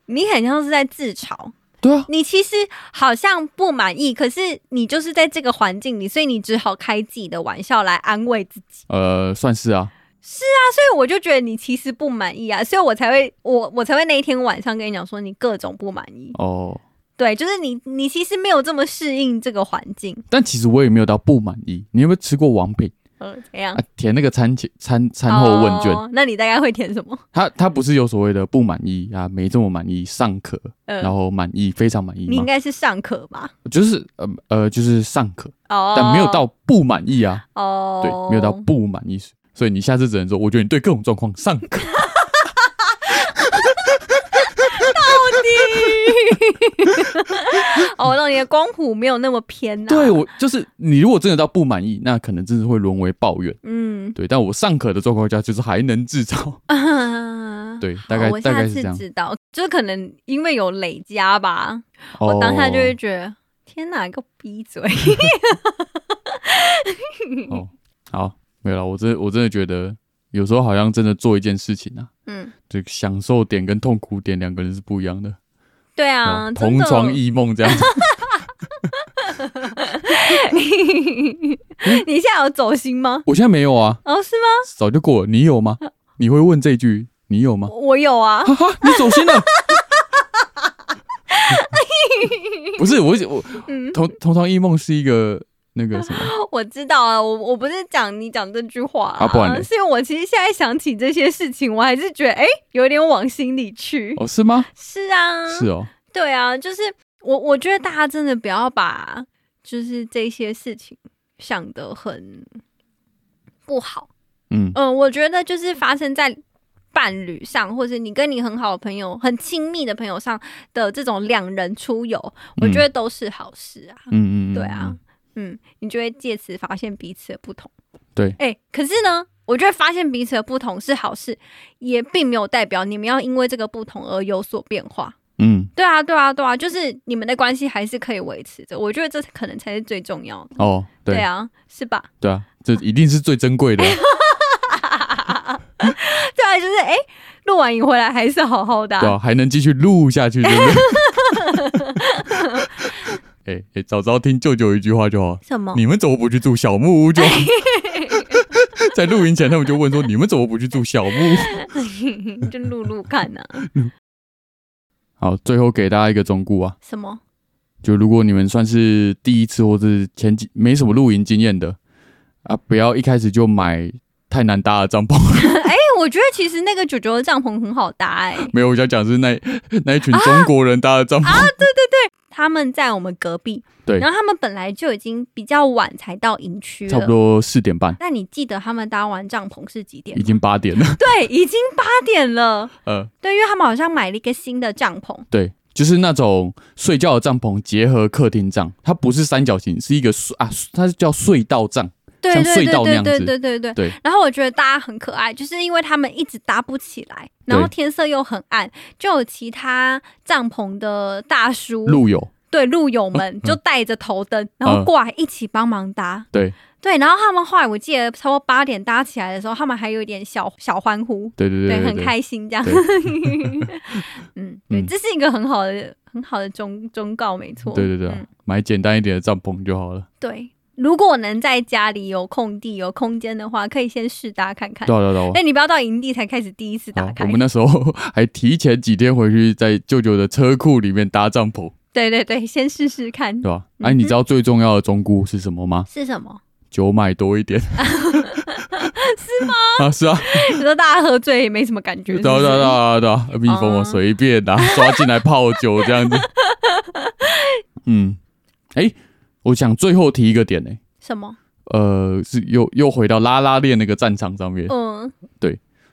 B: 你很像是在自嘲，
A: 对啊，
B: 你其实好像不满意，可是你就是在这个环境里，所以你只好开自己的玩笑来安慰自己。
A: 呃，算是啊，
B: 那所以我就觉得你其实不满意啊，所以我才会我我才会那一天晚上跟你讲说你各种不满意。
A: 哦，
B: 对，就是你你其实没有这么适应这个环境，
A: 但其实我也没有到不满意。你有没有吃过王品
B: 嗯，怎样
A: 啊？？填那个餐前餐餐后问卷，
B: 哦那你大概会填什么？
A: 他他不是有所谓的不满意啊，没这么满意，尚可，
B: 嗯
A: 然后满意，非常满意
B: 你应
A: 吗？
B: 该是上课吧？
A: 就是呃呃，就是尚可，
B: 哦，
A: 但没有到不满意啊。
B: 哦，
A: 对，没有到不满意，所以你下次只能说，我觉得你对各种状况尚可。
B: 哦，让你的光谱没有那么偏、啊。
A: 对，我就是你，如果真的到不满意，那可能真的会沦为抱怨。
B: 嗯，
A: 对，但我尚可的状况下，就是还能制造。 对，大概
B: 好哦我
A: 大
B: 下
A: 概是这
B: 次
A: 样。
B: 知道，就是可能因为有累加吧，
A: 哦
B: 我当下就会觉得天哪，给我闭嘴！
A: 哦，好，没有了。我真我真的觉得，有时候好像真的做一件事情啊，
B: 嗯，
A: 这个享受点跟痛苦点两个人是不一样的。
B: 对啊，
A: 哦
B: 真
A: 同
B: 的
A: 床异梦这样子。
B: 你现在有走心吗？
A: 我现在没有啊，
B: 哦，是吗？
A: 早就过了。你有吗？你会问这句，你有吗？
B: 我有啊，
A: 哈哈，你走心 了。不是我我
B: 嗯
A: 同同床异梦是一个那个什么
B: 我知道啊，我我不是讲你讲这句话
A: 啊不然嘞
B: 是因为我其实现在想起这些事情，我还是觉得哎、诶有点往心里去。
A: 哦是吗？
B: 是啊，
A: 是哦，
B: 对啊，就是我我觉得大家真的不要把就是这些事情想得很不好。
A: 嗯
B: 嗯、我觉得就是发生在伴侣上，或是你跟你很好的朋友、很亲密的朋友上的这种两人出游，我觉得都是好事啊。
A: 嗯嗯嗯嗯，
B: 对啊，嗯，你就会借此发现彼此的不同。
A: 对
B: 哎、可是呢，我觉得发现彼此的不同是好事，也并没有代表你们要因为这个不同而有所变化。
A: 嗯，
B: 对啊，对啊，对啊，就是你们的关系还是可以维持着，我觉得这可能才是最重要的。
A: 哦，对
B: 对啊，是吧？
A: 对啊，这一定是最珍贵的啊。
B: 对啊，就是哎，录完影回来还是好好的啊、
A: 对啊，还能继续录下去，对不对？ 哎、哎、早知道听舅舅一句话就好。
B: 什么？
A: 你们怎么不去住小木屋就好？ 在录音前，他们就问说：“你们怎么不去住小木屋
B: 就录录看呐、啊？？”
A: 好，最后给大家一个忠告啊，
B: 什么？
A: 就如果你们算是第一次或是前几没什么露营经验的啊，不要一开始就买太难搭的帐篷。
B: 哎，我觉得其实那个九九的帐篷很好搭哎、
A: 没有，我想讲是那 那一群中国人搭的帐篷。
B: 啊他们在我们隔壁，
A: 对
B: 然后他们本来就已经比较晚才到营区了，
A: 差不。多四点半，
B: 那你记得他们搭完帐篷是几点
A: 已
B: 吗？
A: 经八点 了。
B: 对，已经八点了。
A: 呃，
B: 对，因为他们好像买了一个新的帐篷，
A: 对，就是那种睡觉的帐篷结合客厅帐，它不是三角形，是一个隧啊，它是叫隧道帐。
B: 对
A: 像
B: 对
A: 隧
B: 对
A: 道那
B: 对
A: 样
B: 对
A: 子
B: 对对对。
A: 对
B: 然后我觉得大家很可爱，就是因为他们一直搭不起来，然后
A: 对
B: 天色又很暗，就有其他帐篷的大叔
A: 路嗯友，
B: 对路友们就带着头灯，然后过来一起帮忙搭。
A: 对
B: 对，然后他们后来我记得差不多八点搭起来的时候，他们还有一点小小欢呼，
A: 对对对
B: 很
A: 对，
B: 开心这样。 嗯，对，
A: 嗯
B: 这是一个很好的、很好的忠忠告，没错。
A: 对对对
B: 嗯
A: 啊，买简单一点的帐篷就 好了。
B: 对如果能在家里有空地、有空间的话，可以先试搭看看
A: 对。啊对啊对啊
B: 但你不要到营地才开始第一次打
A: 好，哦
B: 开
A: 我。们那时候 还提前几天回去，在舅舅的车库里面搭帐篷，
B: 对对对，先试试看
A: 对吧？
B: 嗯
A: 哎，你知道最重要的中菇是什么吗？
B: 是什么。
A: 酒买多一点，是 吗？啊，是啊，
B: 你说大家喝醉也没什么感觉，
A: 对
B: 是
A: 啊
B: 不
A: 对啊
B: 是
A: 对啊对啊，蜜蜂我
B: 哦
A: 随便 拿，抓进来泡酒这样子。嗯，哎，我想最后提一个点呢，
B: 什么？
A: 呃，是又又回到拉拉链那个战场上面，
B: 嗯，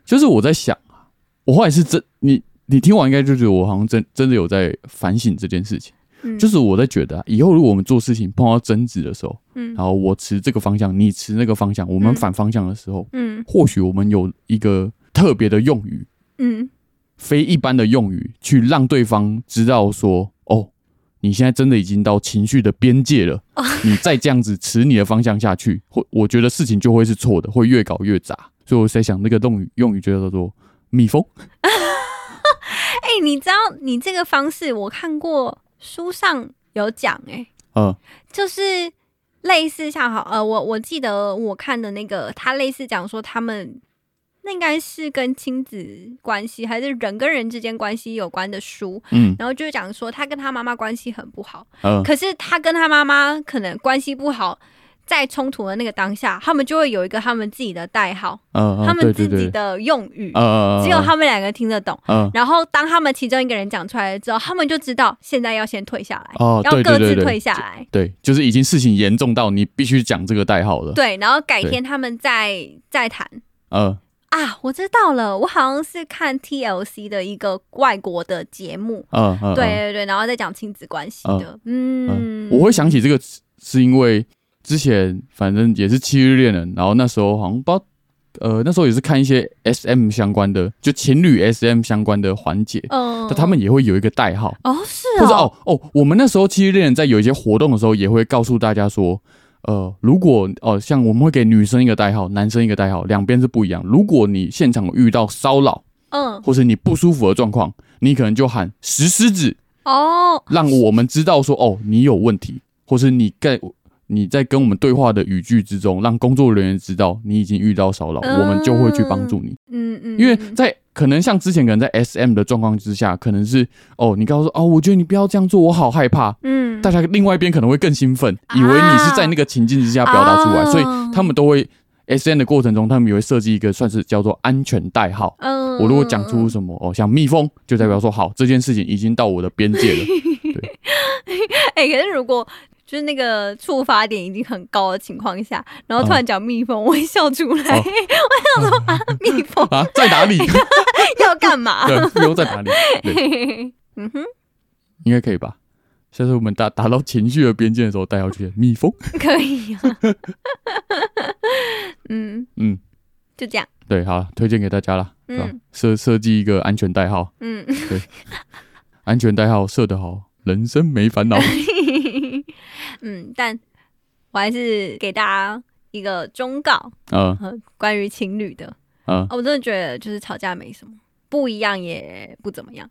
A: 就是我在想啊，我后来是真你你听完应该就觉得我好像真真的有在反省这件事情，
B: 嗯
A: 就是我在觉得、啊、以后如果我们做事情碰到争执的时候，
B: 嗯
A: 然后我持这个方向，你持那个方向，我们
B: 嗯
A: 反方向的时候，
B: 嗯
A: 或许我们有一个特别的用语，
B: 嗯
A: 非一般的用语，去让对方知道说，哦，你现在真的已经到情绪的边界了，
B: 哦
A: 你再这样子持你的方向下去，会我觉得事情就会是错的，会越搞越杂。所以我在想，那个用语用语就叫做蜜蜂。
B: 哎、你知道你这个方式，我看过书上有讲，哎，
A: 嗯
B: 就是类似像好，呃，我我记得我看的那个，他类似讲说他们那应该是跟亲子关系还是人跟人之间关系有关的书，
A: 嗯
B: 然后就是讲说他跟他妈妈关系很不好，
A: 嗯，
B: 可是他跟他妈妈可能关系不好。在冲突的那个当下，他们就会有一个他们自己的代号，
A: 嗯
B: 他们自
A: 对对
B: 己
A: 对
B: 的用语，
A: 呃，
B: 只有他们两个听得懂。
A: 嗯
B: 然后当他们其中一个人讲出来了之后，他们就知道现在要先退下来，
A: 哦，
B: 要
A: 对
B: 各
A: 对
B: 自
A: 对
B: 退
A: 对
B: 下来。
A: 对，就是已经事情严重到你必须讲这个代号了。，
B: 对，然后改天他们再再谈
A: 嗯
B: 啊。我知道了，我好像是看 TLC 的一个外国的节目，
A: 嗯嗯，
B: 对对对，然后再讲亲子关系的，嗯
A: 嗯，，我会想起这个是是因为之前反正也是七日恋人，然后那时候好像不知道，呃，那时候也是看一些 S M 相关的，就情侣 S M 相关的环节，那、
B: 嗯，
A: 他们也会有一个代号，
B: 哦是
A: 或者
B: 哦，
A: 哦哦，我们那时候七日恋人在有一些活动的时候，也会告诉大家说。呃，如果哦，像我们会给女生一个代号，男生一个代号，两边是不一样。如果你现场有遇到骚扰
B: 嗯
A: 或是你不舒服的状况，你可能就喊“石狮子”，
B: 哦
A: 让我们知道说，哦，你有问题，或是你在你在跟我们对话的语句之中，让工作人员知道你已经遇到骚扰，
B: 嗯
A: 我们就会去帮助你。
B: 嗯嗯，
A: 因为
B: 嗯
A: 在可能像之前可能在 S M 的状况之下，可能是哦，你告诉说哦，我觉得你不要这样做，我好害怕。
B: 嗯
A: 大家另外一边可能会更兴奋，
B: 啊
A: 以为你是在那个情境之下表达出来，
B: 啊
A: 所以他们都会 S M 的过程中，他们也会设计一个算是叫做安全代号。
B: 嗯
A: 我如果讲出什么哦，像蜜蜂，就代表说好，这件事情已经到我的边 界了。
B: 哎、可是如果就是那个触发点已经很高的情况下，然后突然讲蜜蜂，我会笑出来。
A: 嗯哦
B: 我想说啊，蜜 蜂
A: 啊，在哪里？
B: 要干嘛？
A: 对，不用在哪里，对，
B: 嗯哼，
A: 应该可以吧？下次我们达达到情绪的边界的时候，带回去蜜蜂。
B: 可以啊。嗯，
A: 嗯，
B: 就这样。
A: 对，好，推荐给大家啦。对吧
B: 嗯
A: 设设计一个安全代号。
B: 嗯，
A: 安全带号设得好，人生没烦恼。
B: 嗯，但我还是给大家一个忠告，
A: 啊
B: 呃，关于情侣的、
A: 啊
B: 哦我真的觉得就是吵架没什么，不一样也不怎么样。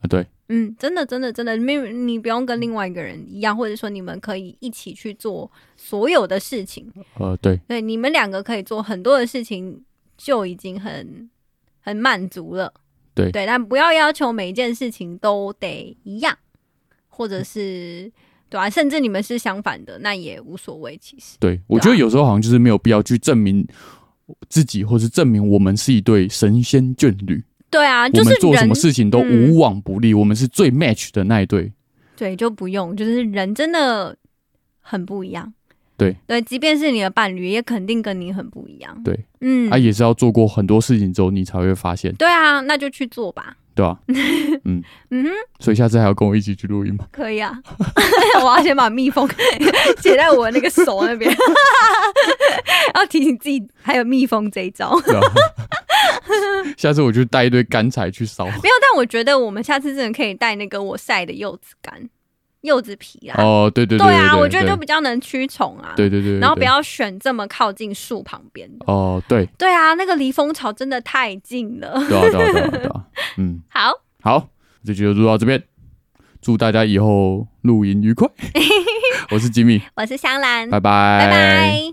A: 啊！对，
B: 嗯，真的，真的，真的，没有你不用跟另外一个人一样，或者说你们可以一起去做所有的事情。
A: 呃，对，
B: 对，你们两个可以做很多的事情，就已经很很满足了。
A: 对
B: 对，但不要要求每一件事情都得一样，或者
A: 嗯
B: 是对啊，甚至你们是相反的，那也无所谓。其实，
A: 对，我
B: 啊
A: 觉得有时候好像就是没有必要去证明自己，或是证明我们是一对神仙眷侣，
B: 对啊，就
A: 我
B: 是
A: 们做什
B: 人
A: 么事情都
B: 嗯
A: 无往不利，我们是最 match 的那一对。
B: 对，就不用，就是人真的很不一样。
A: 对
B: 对，即便是你的伴侣，也肯定跟你很不一样。
A: 对，
B: 嗯，
A: 啊，也是要做过很多事情之后，你才会发现，
B: 对啊，那就去做吧。
A: 对 吧、嗯
B: 嗯哼，
A: 所以下次还要跟我一起去录音吗？
B: 可以啊， 我要先把蜜蜂 解在我那个手那边， 要提醒自己还有蜜蜂这一招。
A: 对啊 下次我就带一堆干柴去烧。
B: 没有，但我觉得我们下次真的可以带那个我晒的柚子干、柚子皮啦。
A: 哦，对对对
B: 啊，
A: 对
B: 我觉得
A: 对
B: 就比较能驱虫啊。
A: 对对对，对
B: 然后不
A: 对
B: 要选这么靠近树旁边的。
A: 哦，对，
B: 对啊，那个离蜂巢真的太近了。
A: 对啊，对啊，对啊，对 啊，嗯，
B: 好，
A: 好，这集就录到这边，祝大家 以后录音愉快。我是吉米，
B: 我是香兰，
A: 拜拜，
B: 拜拜